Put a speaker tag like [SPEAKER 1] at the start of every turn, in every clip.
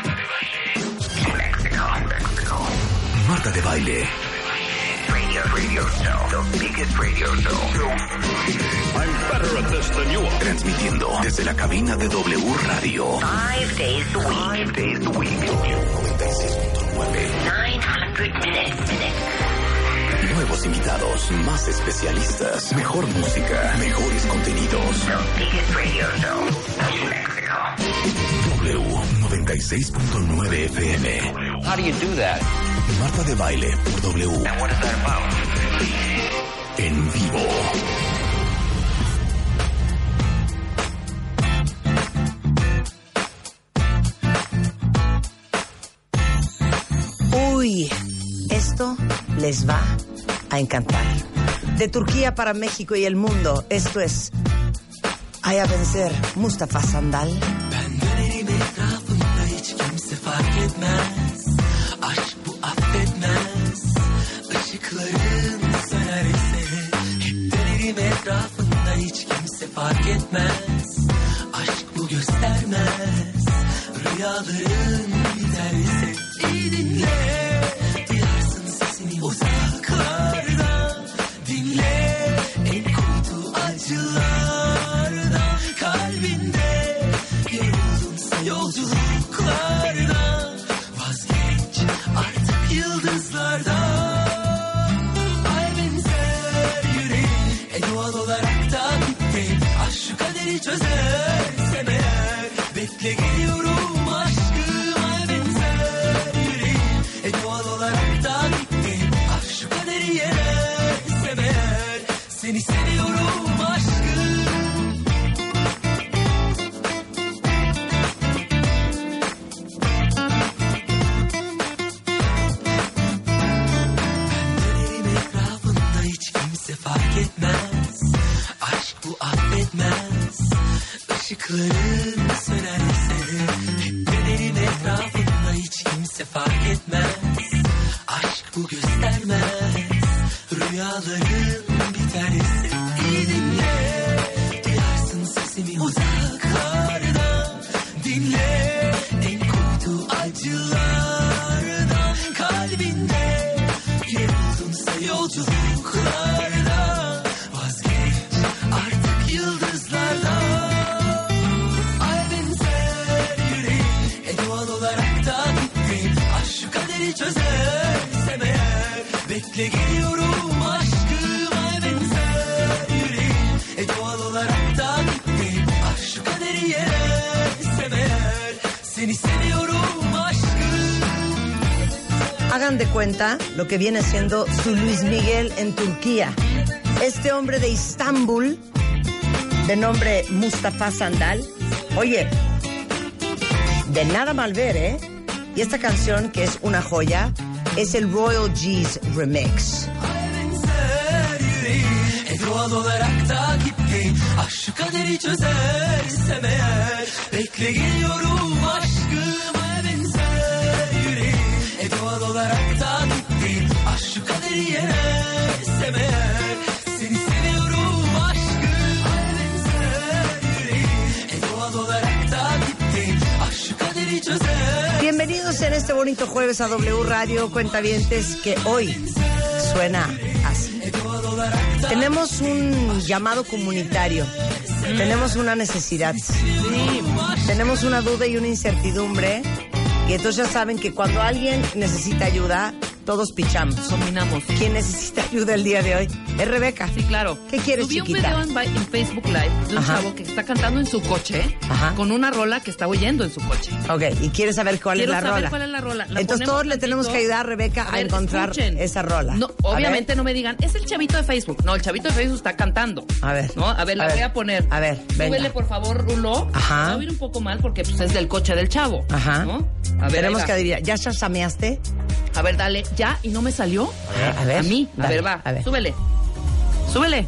[SPEAKER 1] Show. Mexico, Mexico.
[SPEAKER 2] Marta de baile.
[SPEAKER 1] Radio, radio show. The biggest radio show.
[SPEAKER 3] I'm better at this than you are.
[SPEAKER 2] Transmitiendo desde la cabina de W Radio.
[SPEAKER 1] Five days a week. Five days a week.
[SPEAKER 2] 96.9.
[SPEAKER 1] 900 minutes. minutes.
[SPEAKER 2] Nuevos invitados, más especialistas, mejor música, mejores contenidos.
[SPEAKER 1] The biggest radio show. Mexico.
[SPEAKER 2] W 96.9 FM.
[SPEAKER 4] How do you do that?
[SPEAKER 2] Marta de baile por W
[SPEAKER 4] And what is that about?
[SPEAKER 2] en vivo.
[SPEAKER 5] Uy, esto les va a encantar. De Turquía para México y el mundo, esto es Hay a vencer Mustafa Sandal.
[SPEAKER 6] Ben dönerim etrafımda hiç kimse fark etmez Aşk bu affetmez Işıkların söner ise Hep dönerim etrafımda hiç kimse fark etmez Aşk bu göstermez Rüyaların gider ise İyi dinle Duyarsın sesini uzaklardan Dinle en kuytu acılardan Kalbinde yoruldunsa yolculuklardan Vazgeç artık yıldızlardan Ay benzer yüreğim E doğal olarak da bitti Aşk şu kaderi çözerse meğer Bekle geliyorum aşkım Ay benzer yüreğim E doğal olarak da bitti Aşk şu kaderi yenerse meğer Seni seviyorum aşkım Dönerim etrafında hiç kimse fark etmez Aşk bu affetmez Işıkların sönerse Hep dönerim etrafında hiç kimse fark etmez Aşk bu göstermez Rüyaların biterse İyi dinle Duyarsın sesimi uzaklardan Dinle en kuytu acılardan Kalbinde yoruldunsa yolculuklardan Vazgeç artık yıldızlardan Ay benzer yüreğim E doğal olarak da bitti Aşk şu kaderi çözerse meğer Bekle geliyorum aşkım Ay benzer yüreğim E doğal olarak da bitti Aşk şu kaderi yenerse meğer Seni seviyorum aşkım
[SPEAKER 5] Hagan de cuenta lo que viene siendo su Luis Miguel en Turquía. Este hombre de Istambul, de nombre Mustafa Sandal. Oye, de nada mal ver, ¿eh? Y esta canción, que es una joya, es el Royal G's Remix.
[SPEAKER 6] benzer yüreğim E doğal olarak da gitti Aşk şu kaderi çözersem eğer Bekle geliyorum aşkım Ay benzer yüreğim E doğal olarak da gitti Aşk şu kaderi yenersem eğer Seni seviyorum aşkım Ay benzer yüreğim E doğal olarak da gitti Aşk şu kaderi çözer
[SPEAKER 5] Bienvenidos en este bonito jueves a W Radio Cuentavientes, que hoy suena así. Tenemos un llamado comunitario, tenemos una necesidad, tenemos una duda y una incertidumbre, y entonces ya saben que cuando alguien necesita ayuda, todos pichamos.
[SPEAKER 7] Dominamos.
[SPEAKER 5] ¿Quién necesita ayuda el día de hoy? Es Rebeca.
[SPEAKER 7] Sí, claro.
[SPEAKER 5] ¿Qué quieres,
[SPEAKER 7] Subí
[SPEAKER 5] chiquita?
[SPEAKER 7] un video en, ba- en Facebook Live de un
[SPEAKER 5] Ajá.
[SPEAKER 7] chavo que está cantando en su coche
[SPEAKER 5] Ajá.
[SPEAKER 7] con una rola que está oyendo en su coche.
[SPEAKER 5] Ok, y quieres saber cuál
[SPEAKER 7] Quiero
[SPEAKER 5] es la
[SPEAKER 7] saber
[SPEAKER 5] rola.
[SPEAKER 7] cuál es la rola. La
[SPEAKER 5] Entonces
[SPEAKER 7] ponemos
[SPEAKER 5] todos le
[SPEAKER 7] tantito.
[SPEAKER 5] tenemos que ayudar a Rebeca a,
[SPEAKER 7] ver,
[SPEAKER 5] encontrar
[SPEAKER 7] escuchen.
[SPEAKER 5] esa rola.
[SPEAKER 7] No,
[SPEAKER 5] A ver.
[SPEAKER 7] obviamente no me digan, es el chavito de Facebook. No, el chavito de Facebook está cantando.
[SPEAKER 5] A ver.
[SPEAKER 7] No, a ver, la
[SPEAKER 5] A ver.
[SPEAKER 7] voy a poner.
[SPEAKER 5] A ver, venga.
[SPEAKER 7] Súbele, por favor, Rulo.
[SPEAKER 5] Ajá.
[SPEAKER 7] Se Va a oír un poco mal porque pues, es del coche del chavo.
[SPEAKER 5] Ajá.
[SPEAKER 7] ¿no? A ver, ahí
[SPEAKER 5] Tenemos
[SPEAKER 7] va.
[SPEAKER 5] que adivinar. ¿Ya chasameaste?
[SPEAKER 7] A ver, dale. ¿Ya? ¿Y no me salió?
[SPEAKER 5] A ver.
[SPEAKER 7] A mí. A
[SPEAKER 5] dale,
[SPEAKER 7] ver, va.
[SPEAKER 5] A ver.
[SPEAKER 7] Súbele. Súbele.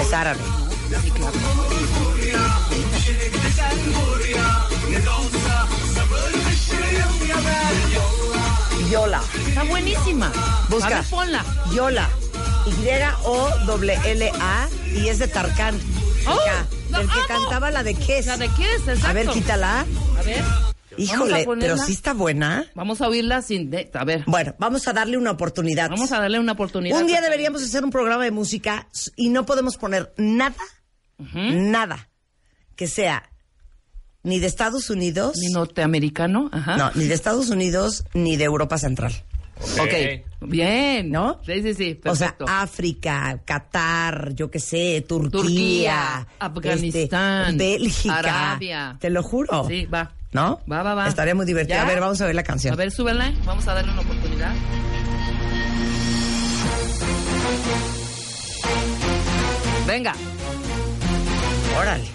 [SPEAKER 5] Es árabe.
[SPEAKER 7] Sí, claro. Está buenísima.
[SPEAKER 5] Busca.
[SPEAKER 7] A ver, ponla.
[SPEAKER 5] Yola. Y-O-L-L-A. Y es de Tarkan.
[SPEAKER 7] ¡Oh!
[SPEAKER 5] Acá,
[SPEAKER 7] ¡La
[SPEAKER 5] el que
[SPEAKER 7] amo!
[SPEAKER 5] cantaba la de Kiss.
[SPEAKER 7] La de Kiss, exacto.
[SPEAKER 5] A ver, quítala.
[SPEAKER 7] A ver.
[SPEAKER 5] Híjole,
[SPEAKER 7] Vamos a
[SPEAKER 5] pero
[SPEAKER 7] ponerla.
[SPEAKER 5] sí está buena.
[SPEAKER 7] Vamos a oírla sin... de- A ver.
[SPEAKER 5] Bueno, vamos a darle una oportunidad.
[SPEAKER 7] Vamos a darle una oportunidad.
[SPEAKER 5] Un día deberíamos hacer un programa de música s- y no podemos poner nada, nada que sea ni de Estados Unidos,
[SPEAKER 7] Ni norteamericano. Ajá.
[SPEAKER 5] no, ni de Estados Unidos ni de Europa Central.
[SPEAKER 7] Ok. Bien.
[SPEAKER 5] ¿No?
[SPEAKER 7] Sí, sí, sí. Perfecto.
[SPEAKER 5] O sea, África, Qatar, yo qué sé, Turquía,
[SPEAKER 7] Turquía,
[SPEAKER 5] este,
[SPEAKER 7] Afganistán,
[SPEAKER 5] Bélgica,
[SPEAKER 7] Arabia.
[SPEAKER 5] Te lo juro.
[SPEAKER 7] Sí, va.
[SPEAKER 5] ¿No?
[SPEAKER 7] Va, va, va.
[SPEAKER 5] Estaría muy divertido.
[SPEAKER 7] ¿Ya?
[SPEAKER 5] A ver, vamos a ver la canción.
[SPEAKER 7] A ver, súbela. Vamos a darle una oportunidad. Venga.
[SPEAKER 5] Órale.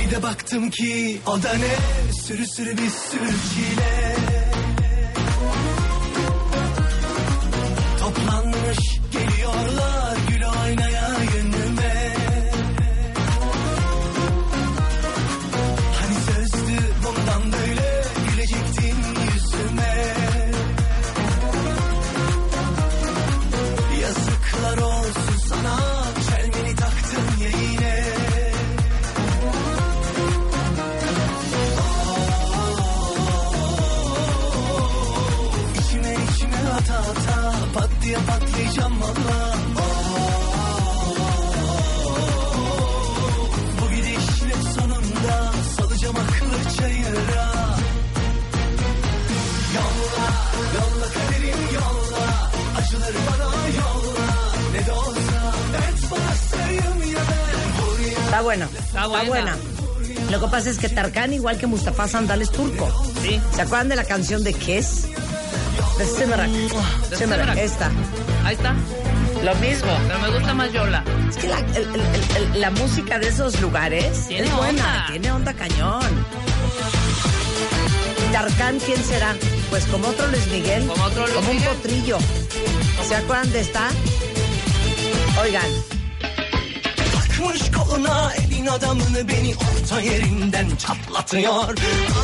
[SPEAKER 6] Bir de baktım ki o da ne sürü sürü bir sürü çile Toplanmış geliyorlar gül oynaya gönlüme Hani sözdü bundan böyle gülecektin yüzüme Yazıklar olsun sana çelmeni taktın ya yine İçime içime ata ata pat diye patlayacağım abla. Oo, Bu gidişle sonunda salacağım aklı çayıra. Yolla, yolla kaderim yolla. Acıları bana yolla. Ne de olsa dert bana sayım ya ben. Vur ya
[SPEAKER 5] Está bueno. Está
[SPEAKER 7] buena.
[SPEAKER 5] Lo que pasa es que Tarkan, igual que Mustafa Sandal, es turco.
[SPEAKER 7] Sí.
[SPEAKER 5] ¿Se acuerdan de la canción de Kiss? De Semerak.
[SPEAKER 7] Mm, De
[SPEAKER 5] Semerak,
[SPEAKER 7] Semerak.
[SPEAKER 5] esta.
[SPEAKER 7] Ahí está.
[SPEAKER 5] Lo mismo.
[SPEAKER 7] Pero me gusta más Yola.
[SPEAKER 5] Es que la, el- el- el- la música de esos lugares
[SPEAKER 7] Tiene
[SPEAKER 5] es buena,
[SPEAKER 7] onda.
[SPEAKER 5] tiene onda cañón. Tarkan, ¿quién será? Pues como otro Luis Miguel,
[SPEAKER 7] Como otro Luis
[SPEAKER 5] como
[SPEAKER 7] Miguel.
[SPEAKER 5] un potrillo. ¿Se acuerdan de esta? Oigan,
[SPEAKER 6] Takmış koluna elin adamını beni orta yerinden çatlatıyor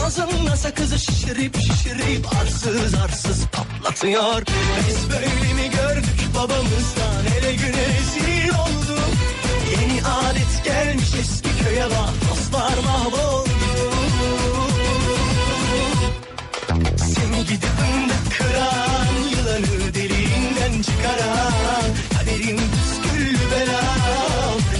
[SPEAKER 6] Ağzımda sakızı şişirip şişirip arsız arsız patlatıyor Biz böyle mi gördük babamızdan hele güne esir oldu Yeni adet gelmiş eski köye bak dostlar mahvoldu Seni gidip ındık kıran Yılanı deliğinden çıkaran Kaderin püsküllü bela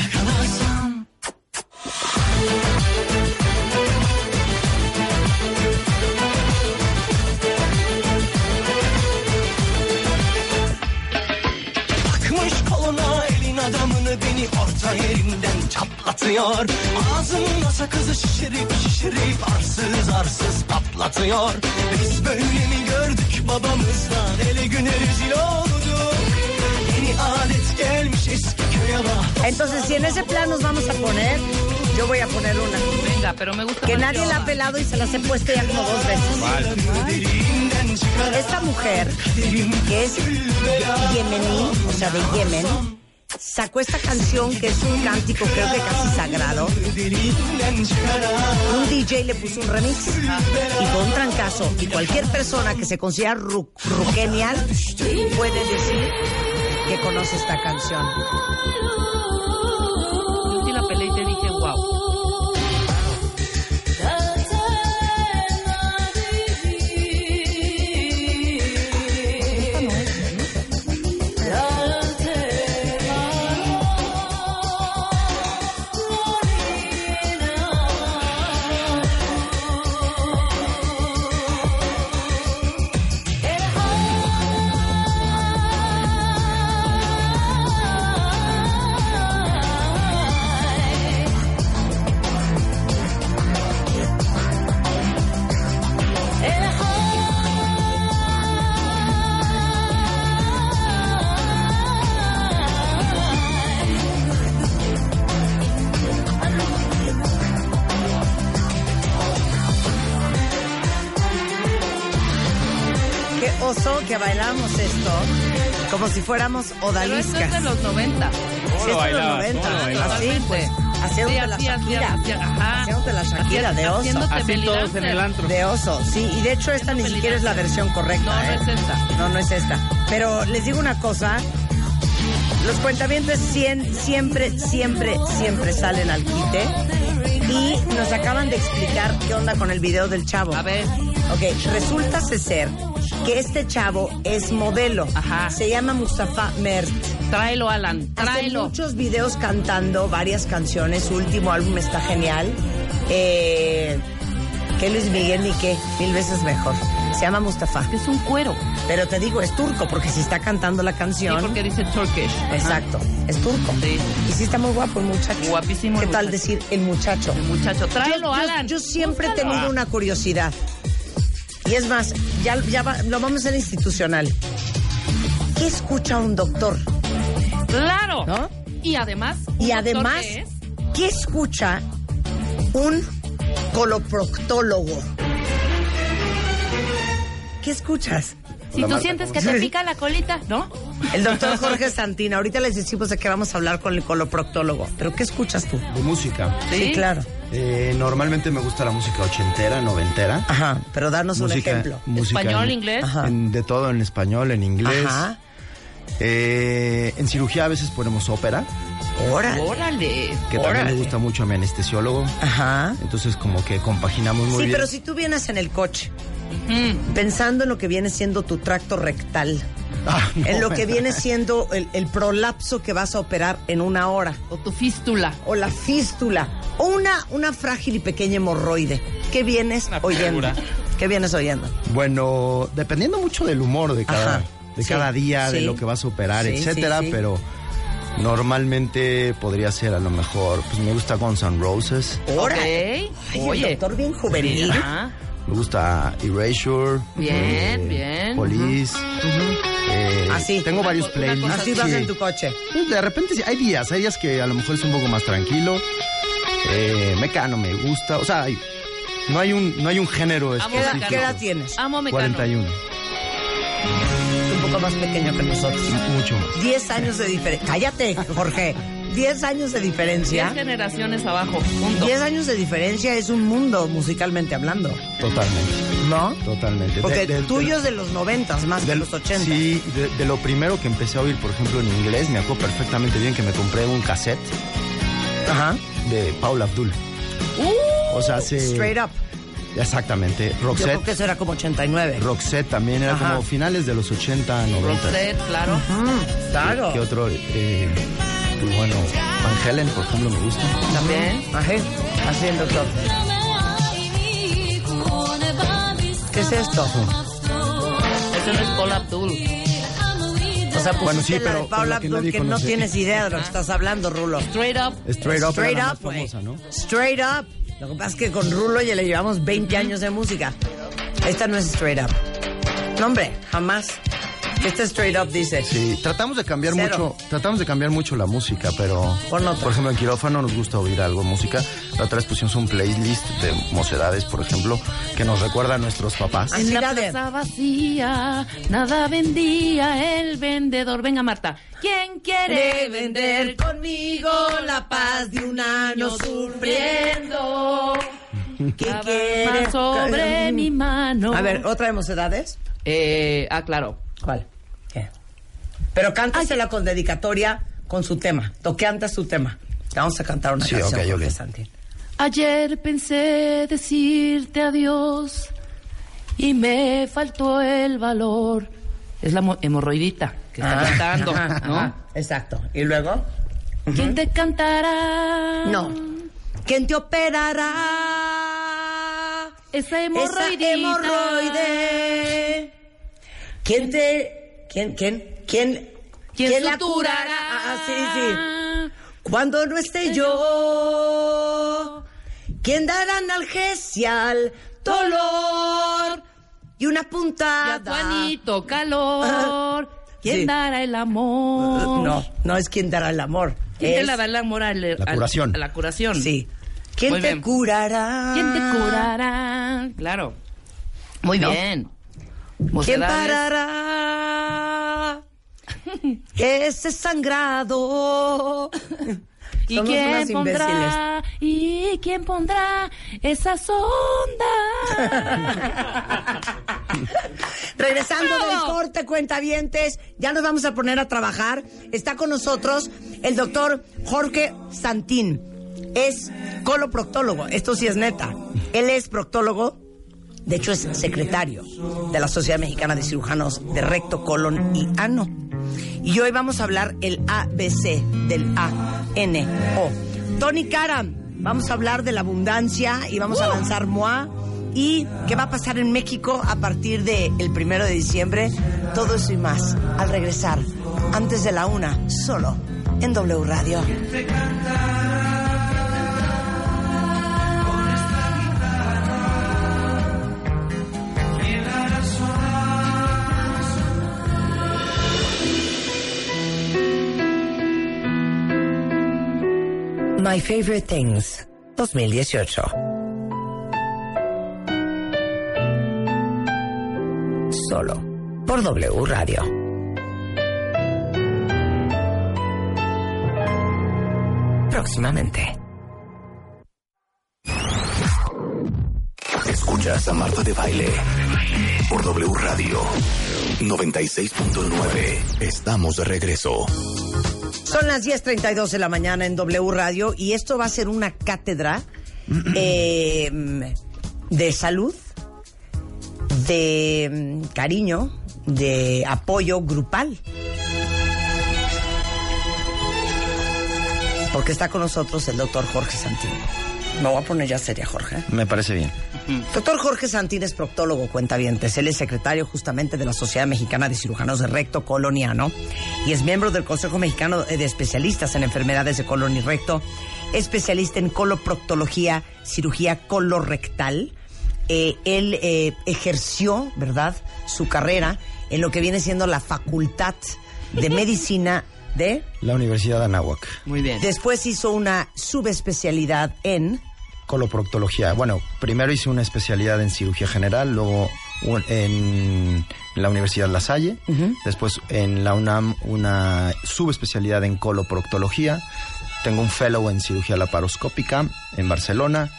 [SPEAKER 6] Yakalarsan Takmış koluna elin adamını beni orta yerinden çatlatıyor. Ağzımda sakızı şişirip şişirip arsız arsız patlatıyor. Biz böyle mi gördük babamızdan ele güne rezil olduk. Yeni adet gelmiş eski köye bak.
[SPEAKER 5] entonces si en ese plan nos vamos a poner, yo voy a poner una.
[SPEAKER 7] Venga, pero me gusta
[SPEAKER 5] Que
[SPEAKER 7] más
[SPEAKER 5] nadie la ha
[SPEAKER 7] Yola.
[SPEAKER 5] pelado y se las he puesto ya como dos veces.
[SPEAKER 6] Derinden çıkaran
[SPEAKER 5] Esta mujer, que es yemení, o sea, de Yemen, sacó esta canción que es un cántico creo que casi sagrado.
[SPEAKER 6] derinden çıkaran
[SPEAKER 5] Un DJ le puso un remix y fue un trancazo. Y cualquier persona que se considera ru- ruquenial puede decir que conoce esta canción.
[SPEAKER 7] Yo sí la pelé y te dije, wow.
[SPEAKER 5] que bailamos esto como si fuéramos
[SPEAKER 7] Pero esto es de
[SPEAKER 5] odaliscas.
[SPEAKER 7] los 90.
[SPEAKER 5] Sí, es de los 90,
[SPEAKER 7] ¿Cómo
[SPEAKER 5] así
[SPEAKER 7] lo bailabas?
[SPEAKER 5] pues, haciéndote
[SPEAKER 7] Sí,
[SPEAKER 5] la
[SPEAKER 7] así, así,
[SPEAKER 5] Shakira,
[SPEAKER 7] así, ajá.
[SPEAKER 5] haciéndote la Shakira de oso.
[SPEAKER 7] Haciéndote
[SPEAKER 8] Así
[SPEAKER 7] belly
[SPEAKER 8] todos
[SPEAKER 7] dancer.
[SPEAKER 8] en el antro.
[SPEAKER 5] De oso, sí. Y de hecho esta ni
[SPEAKER 7] Haciendo
[SPEAKER 5] siquiera es la versión correcta.
[SPEAKER 7] No, no
[SPEAKER 5] ¿eh?
[SPEAKER 7] es esta.
[SPEAKER 5] No, no es esta. Pero les digo una cosa. Los cuentavientes cien- siempre, siempre, siempre salen al quite. Y nos acaban de explicar qué onda con el video del chavo.
[SPEAKER 7] A ver.
[SPEAKER 5] Ok, resulta ser que este chavo es modelo.
[SPEAKER 7] Ajá.
[SPEAKER 5] Se llama Mustafa Mert.
[SPEAKER 7] Tráelo, Alan,
[SPEAKER 5] Hace
[SPEAKER 7] tráelo.
[SPEAKER 5] muchos videos cantando varias canciones. Su último álbum está genial. Eh, que Luis Miguel ni qué, mil veces mejor. Se llama Mustafa.
[SPEAKER 7] Es un cuero.
[SPEAKER 5] Pero te digo, es turco, porque si está cantando la
[SPEAKER 7] Sí,
[SPEAKER 5] canción.
[SPEAKER 7] porque dice Turkish. Ajá.
[SPEAKER 5] Exacto, es turco.
[SPEAKER 7] Sí.
[SPEAKER 5] Y sí está muy guapo el muchacho.
[SPEAKER 7] Guapísimo
[SPEAKER 5] ¿Qué
[SPEAKER 7] el
[SPEAKER 5] tal
[SPEAKER 7] muchacho.
[SPEAKER 5] decir el muchacho?
[SPEAKER 7] El muchacho, tráelo,
[SPEAKER 5] yo, yo-
[SPEAKER 7] Alan.
[SPEAKER 5] yo siempre he
[SPEAKER 7] Búscalo.
[SPEAKER 5] tenido una curiosidad. Y es más, ya, ya va- lo vamos a hacer institucional. ¿Qué escucha un doctor?
[SPEAKER 7] Claro.
[SPEAKER 5] ¿No?
[SPEAKER 7] Y además.
[SPEAKER 5] Y
[SPEAKER 7] ¿un doctor
[SPEAKER 5] además,
[SPEAKER 7] qué es?
[SPEAKER 5] ¿qué escucha un coloproctólogo? ¿Qué escuchas?
[SPEAKER 7] Si tú sientes que te pica la colita, ¿no?
[SPEAKER 5] El doctor Jorge Santina, ahorita les decimos de qué vamos a hablar con el coloproctólogo. ¿Pero qué escuchas tú?
[SPEAKER 9] De música.
[SPEAKER 5] Sí, claro.
[SPEAKER 9] Eh, normalmente me gusta la música ochentera, noventera.
[SPEAKER 5] Ajá, pero danos
[SPEAKER 9] música,
[SPEAKER 5] un ejemplo.
[SPEAKER 9] música
[SPEAKER 7] Español,
[SPEAKER 9] en-
[SPEAKER 7] inglés.
[SPEAKER 5] Ajá.
[SPEAKER 9] en- de todo, en español, en inglés.
[SPEAKER 5] Ajá.
[SPEAKER 9] Eh, en cirugía a veces ponemos ópera,
[SPEAKER 5] Órale.
[SPEAKER 7] Órale.
[SPEAKER 9] que
[SPEAKER 5] Órale.
[SPEAKER 9] también me gusta mucho a mi anestesiólogo.
[SPEAKER 5] Ajá.
[SPEAKER 9] Entonces como que compaginamos muy
[SPEAKER 5] sí,
[SPEAKER 9] bien.
[SPEAKER 5] pero si tú vienes en el coche
[SPEAKER 7] Mm.
[SPEAKER 5] pensando en lo que viene siendo tu tracto rectal,
[SPEAKER 9] Ah, no.
[SPEAKER 5] en lo que viene siendo el, el prolapso que vas a operar en una hora,
[SPEAKER 7] O tu fístula.
[SPEAKER 5] o la fístula, o una, una frágil y pequeña hemorroide, ¿qué vienes
[SPEAKER 8] Una
[SPEAKER 5] oyendo?
[SPEAKER 8] figura.
[SPEAKER 5] ¿Qué vienes oyendo?
[SPEAKER 9] Bueno, dependiendo mucho del humor de cada,
[SPEAKER 5] Ajá.
[SPEAKER 9] de
[SPEAKER 5] Sí,
[SPEAKER 9] cada día, de
[SPEAKER 5] sí.
[SPEAKER 9] lo que vas a operar,
[SPEAKER 5] Sí,
[SPEAKER 9] etcétera,
[SPEAKER 5] sí, sí.
[SPEAKER 9] pero normalmente podría ser a lo mejor, pues me gusta Guns N' Roses,
[SPEAKER 5] Órale.
[SPEAKER 7] Ok.
[SPEAKER 5] Ay,
[SPEAKER 7] Oye.
[SPEAKER 5] el doctor bien juvenil.
[SPEAKER 7] Ajá.
[SPEAKER 9] me gusta Erasure, eh,
[SPEAKER 7] Bien, bien.
[SPEAKER 9] Police, eh,
[SPEAKER 5] Así.
[SPEAKER 9] tengo
[SPEAKER 7] Una
[SPEAKER 9] varios
[SPEAKER 7] co- una cosa
[SPEAKER 9] playlists.
[SPEAKER 5] Así vas
[SPEAKER 9] Sí.
[SPEAKER 5] en tu coche.
[SPEAKER 9] Pues, De repente sí, hay días, hay días que a lo mejor es un poco más tranquilo. Eh, Mecano me gusta, o sea, hay- no hay un no hay un género
[SPEAKER 7] Amo
[SPEAKER 5] ¿Qué edad,
[SPEAKER 9] específico.
[SPEAKER 7] Mecano.
[SPEAKER 5] qué edad tienes?
[SPEAKER 7] Amo mecano.
[SPEAKER 9] 41,
[SPEAKER 5] Un poco más pequeño que nosotros.
[SPEAKER 9] mucho más.
[SPEAKER 5] 10 años de diferencia. Cállate, Jorge. 10 años de
[SPEAKER 7] Diez
[SPEAKER 5] diferencia.
[SPEAKER 7] generaciones abajo. Punto.
[SPEAKER 5] 10 años de diferencia es un mundo musicalmente hablando,
[SPEAKER 9] Totalmente,
[SPEAKER 5] ¿no?
[SPEAKER 9] totalmente.
[SPEAKER 5] Porque
[SPEAKER 9] De- de-
[SPEAKER 5] tuyo es de los 90 más que
[SPEAKER 9] del-
[SPEAKER 5] los 80.
[SPEAKER 9] Sí, de, de lo primero que empecé a oír, por ejemplo, en inglés, me acuerdo perfectamente bien que me compré un cassette
[SPEAKER 5] Ajá.
[SPEAKER 9] de Paula Abdul. o sea, se...
[SPEAKER 5] Uh, Straight up.
[SPEAKER 9] Exactamente.
[SPEAKER 5] Yo creo que
[SPEAKER 9] Roxette.
[SPEAKER 5] eso era como 89.
[SPEAKER 9] Roxette también era
[SPEAKER 5] Ajá.
[SPEAKER 9] como finales de los 80, 90.
[SPEAKER 7] Roxette, claro.
[SPEAKER 5] Mm, claro.
[SPEAKER 9] ¿Qué otro? Eh, pues, bueno, Van Halen, por ejemplo, me gusta.
[SPEAKER 5] También. Ajá. Así el doctor. ¿Qué es esto?
[SPEAKER 7] Eso no es Paul Abdul.
[SPEAKER 5] O sea, pusiste
[SPEAKER 9] Bueno, sí,
[SPEAKER 5] la de
[SPEAKER 9] pero-
[SPEAKER 5] Paula
[SPEAKER 9] pero que nadie
[SPEAKER 5] Abdul que no
[SPEAKER 9] conoce.
[SPEAKER 5] tienes idea de lo que estás hablando, Rulo.
[SPEAKER 7] Straight up.
[SPEAKER 9] Straight Up
[SPEAKER 5] Straight
[SPEAKER 9] era la
[SPEAKER 5] up,
[SPEAKER 9] más famosa,
[SPEAKER 5] güey.
[SPEAKER 9] ¿no?
[SPEAKER 5] Straight up. Lo que pasa es que con Rulo ya le llevamos 20 años de música. Esta no es straight up. No, hombre, jamás. Esta straight up dice.
[SPEAKER 9] Sí, tratamos de cambiar
[SPEAKER 5] Cero.
[SPEAKER 9] mucho, tratamos de cambiar mucho la música, pero
[SPEAKER 5] Pon otra.
[SPEAKER 9] por ejemplo en quirófano nos gusta oír algo de música. La otra vez pusimos un playlist de mocedades, por ejemplo, que nos recuerda a nuestros papás.
[SPEAKER 5] Así
[SPEAKER 7] En la
[SPEAKER 5] la de-
[SPEAKER 7] plaza vacía, nada vendía el vendedor. Venga, Marta. ¿Quién quiere vender conmigo la paz de un año sufriendo?
[SPEAKER 5] ¿Qué
[SPEAKER 7] Clava
[SPEAKER 5] quiere?
[SPEAKER 7] más sobre
[SPEAKER 5] Mm.
[SPEAKER 7] mi mano.
[SPEAKER 5] A ver, ¿otra de mocedades?
[SPEAKER 7] Eh, ah, claro.
[SPEAKER 5] ¿Cuál? ¿Qué? Pero cántasela con dedicatoria, con su tema. Toqueante su tema. Te vamos a cantar una
[SPEAKER 9] Sí,
[SPEAKER 5] canción.
[SPEAKER 9] ok, ok.
[SPEAKER 5] Jorge Santín.
[SPEAKER 7] Ayer pensé decirte adiós y me faltó el valor. Es la mo- hemorroidita que está
[SPEAKER 5] Ah,
[SPEAKER 7] cantando,
[SPEAKER 5] ajá,
[SPEAKER 7] ¿no?
[SPEAKER 5] ajá, Exacto. ¿Y luego?
[SPEAKER 7] ¿Quién te cantará?
[SPEAKER 5] No. ¿Quién te operará?
[SPEAKER 7] Esa
[SPEAKER 5] Esa
[SPEAKER 7] hemorroidita.
[SPEAKER 5] hemorroide. ¿Quién te. ¿Quién? ¿Quién? ¿Quién?
[SPEAKER 7] ¿Quién,
[SPEAKER 5] quién
[SPEAKER 7] la curará?
[SPEAKER 5] Ah, sí, sí. Cuando no esté yo, ¿quién dará analgesia al dolor? Y una
[SPEAKER 7] Y
[SPEAKER 5] puntada.
[SPEAKER 7] a Juanito calor. ¿Quién
[SPEAKER 5] Sí.
[SPEAKER 7] dará el amor?
[SPEAKER 5] No, no es quien dará el amor.
[SPEAKER 7] ¿Quién te
[SPEAKER 5] es-
[SPEAKER 7] la da el amor al,
[SPEAKER 9] La
[SPEAKER 7] al-
[SPEAKER 9] curación.
[SPEAKER 7] a la curación.
[SPEAKER 5] Sí. ¿Quién
[SPEAKER 7] Muy
[SPEAKER 5] te
[SPEAKER 7] bien.
[SPEAKER 5] curará?
[SPEAKER 7] ¿Quién te curará? Claro. Muy
[SPEAKER 5] Ah. ¿No?
[SPEAKER 7] bien.
[SPEAKER 5] ¿Quién
[SPEAKER 7] Mocedades.
[SPEAKER 5] parará? Ese sangrado.
[SPEAKER 7] ¿Y
[SPEAKER 5] Somos
[SPEAKER 7] quién
[SPEAKER 5] unas imbéciles.
[SPEAKER 7] pondrá? ¿Y quién pondrá esas ondas?
[SPEAKER 5] Regresando
[SPEAKER 7] ¡Bravo!
[SPEAKER 5] del corte, cuentavientes, ya nos vamos a poner a trabajar. Está con nosotros el doctor Jorge Santín. Es coloproctólogo, esto sí es neta. Él es proctólogo, de hecho es secretario de la Sociedad Mexicana de Cirujanos de Recto, Colon y Ano. Y hoy vamos a hablar el ABC del ANO. Tony Karam, vamos a hablar de la abundancia y vamos a lanzar MOA. ¿Y qué va a pasar en México a partir del primero de diciembre? Todo eso y más al regresar, antes de la una, solo en W Radio.
[SPEAKER 1] My Favorite Things 2018. Solo por W Radio. Próximamente.
[SPEAKER 2] Escuchas a Marta de Baile por W Radio 96.9. Estamos de regreso.
[SPEAKER 5] Son las 10.32 de la mañana en W Radio y esto va a ser una cátedra eh, de salud, de mm, cariño, de apoyo grupal. Porque está con nosotros el doctor Jorge Santín. Me voy a poner ya seria, Jorge.
[SPEAKER 9] Me parece bien.
[SPEAKER 5] Doctor Jorge Santín es proctólogo, cuentavientes. Él es secretario justamente de la Sociedad Mexicana de Cirujanos de Recto Coloniano y es miembro del Consejo Mexicano de Especialistas en Enfermedades de Colon y Recto, especialista en coloproctología, cirugía colorectal. Eh, él eh, ejerció, ¿verdad?, su carrera en lo que viene siendo la Facultad de Medicina de...
[SPEAKER 9] La Universidad de Anáhuac.
[SPEAKER 8] Muy bien.
[SPEAKER 5] Después hizo una subespecialidad en...
[SPEAKER 9] Coloproctología. Bueno, primero hice una especialidad en cirugía general, luego un- en la Universidad La Salle, después en la UNAM una subespecialidad en coloproctología. Tengo un fellow en cirugía laparoscópica en Barcelona.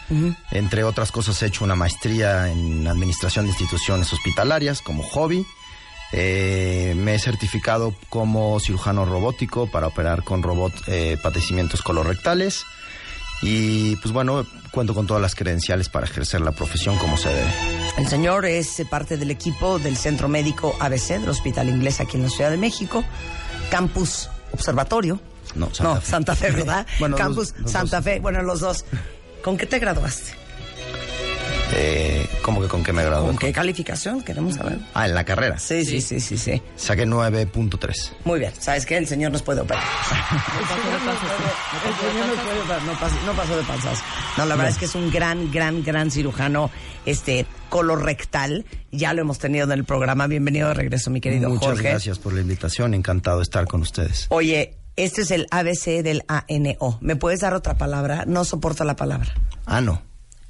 [SPEAKER 9] Entre otras cosas he hecho una maestría en administración de instituciones hospitalarias como hobby. Eh, me he certificado como cirujano robótico para operar con robot eh, padecimientos colorectales. Y pues bueno, cuento con todas las credenciales para ejercer la profesión como se debe.
[SPEAKER 5] El señor es eh, parte del equipo del Centro Médico ABC del Hospital Inglés aquí en la Ciudad de México, Campus Observatorio.
[SPEAKER 9] No, Santa Fe.
[SPEAKER 5] Santa Fe, ¿verdad?
[SPEAKER 9] Bueno, los-
[SPEAKER 5] Campus
[SPEAKER 9] los
[SPEAKER 5] Santa
[SPEAKER 9] dos.
[SPEAKER 5] Fe, bueno, los dos. ¿Con qué te graduaste?
[SPEAKER 9] Eh, ¿Cómo que con qué me gradué?
[SPEAKER 5] ¿Con qué calificación? Queremos saber.
[SPEAKER 9] Ah, en la carrera.
[SPEAKER 5] Sí, sí, sí, sí, sí.
[SPEAKER 9] Saqué 9.3.
[SPEAKER 5] Muy bien, ¿sabes qué? El señor nos puede operar. El señor nos puede operar, no pas- no pasó de panzas. No, la verdad es que es un gran, gran, gran cirujano este colorectal. Ya lo hemos tenido en el programa. Bienvenido de regreso, mi querido
[SPEAKER 9] Muchas
[SPEAKER 5] Jorge.
[SPEAKER 9] gracias por la invitación, encantado de estar con ustedes.
[SPEAKER 5] Oye, este es el ABC del ANO. ¿Me puedes dar otra palabra? No soporto la palabra.
[SPEAKER 9] Ah, no.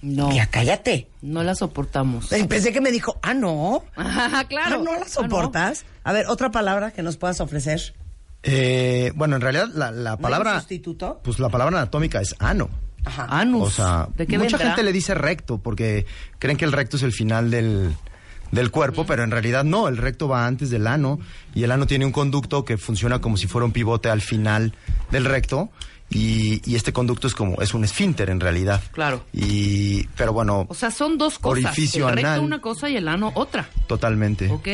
[SPEAKER 7] No,
[SPEAKER 5] Ya, cállate.
[SPEAKER 7] no la soportamos.
[SPEAKER 5] Eh, Pensé que me dijo, ah, no.
[SPEAKER 7] Ajá, claro.
[SPEAKER 5] Ah, no la
[SPEAKER 7] Ah,
[SPEAKER 5] soportas. A ver, otra palabra que nos puedas ofrecer.
[SPEAKER 9] Eh, bueno, en realidad la, la
[SPEAKER 5] un
[SPEAKER 9] palabra...
[SPEAKER 5] sustituto?
[SPEAKER 9] Pues la palabra anatómica es ano.
[SPEAKER 5] Ajá.
[SPEAKER 7] Anus.
[SPEAKER 9] O sea,
[SPEAKER 7] ¿De qué
[SPEAKER 9] mucha
[SPEAKER 7] vendrá?
[SPEAKER 9] gente le dice recto porque creen que el recto es el final del, del cuerpo, pero en realidad no, el recto va antes del ano y el ano tiene un conducto que funciona como si fuera un pivote al final del recto y, y este conducto es como es un esfínter en realidad.
[SPEAKER 7] Claro.
[SPEAKER 9] Y pero bueno,
[SPEAKER 7] O sea, son dos cosas.
[SPEAKER 9] Orificio
[SPEAKER 7] el recto
[SPEAKER 9] anal.
[SPEAKER 7] una cosa y el ano otra.
[SPEAKER 9] totalmente.
[SPEAKER 7] Ok,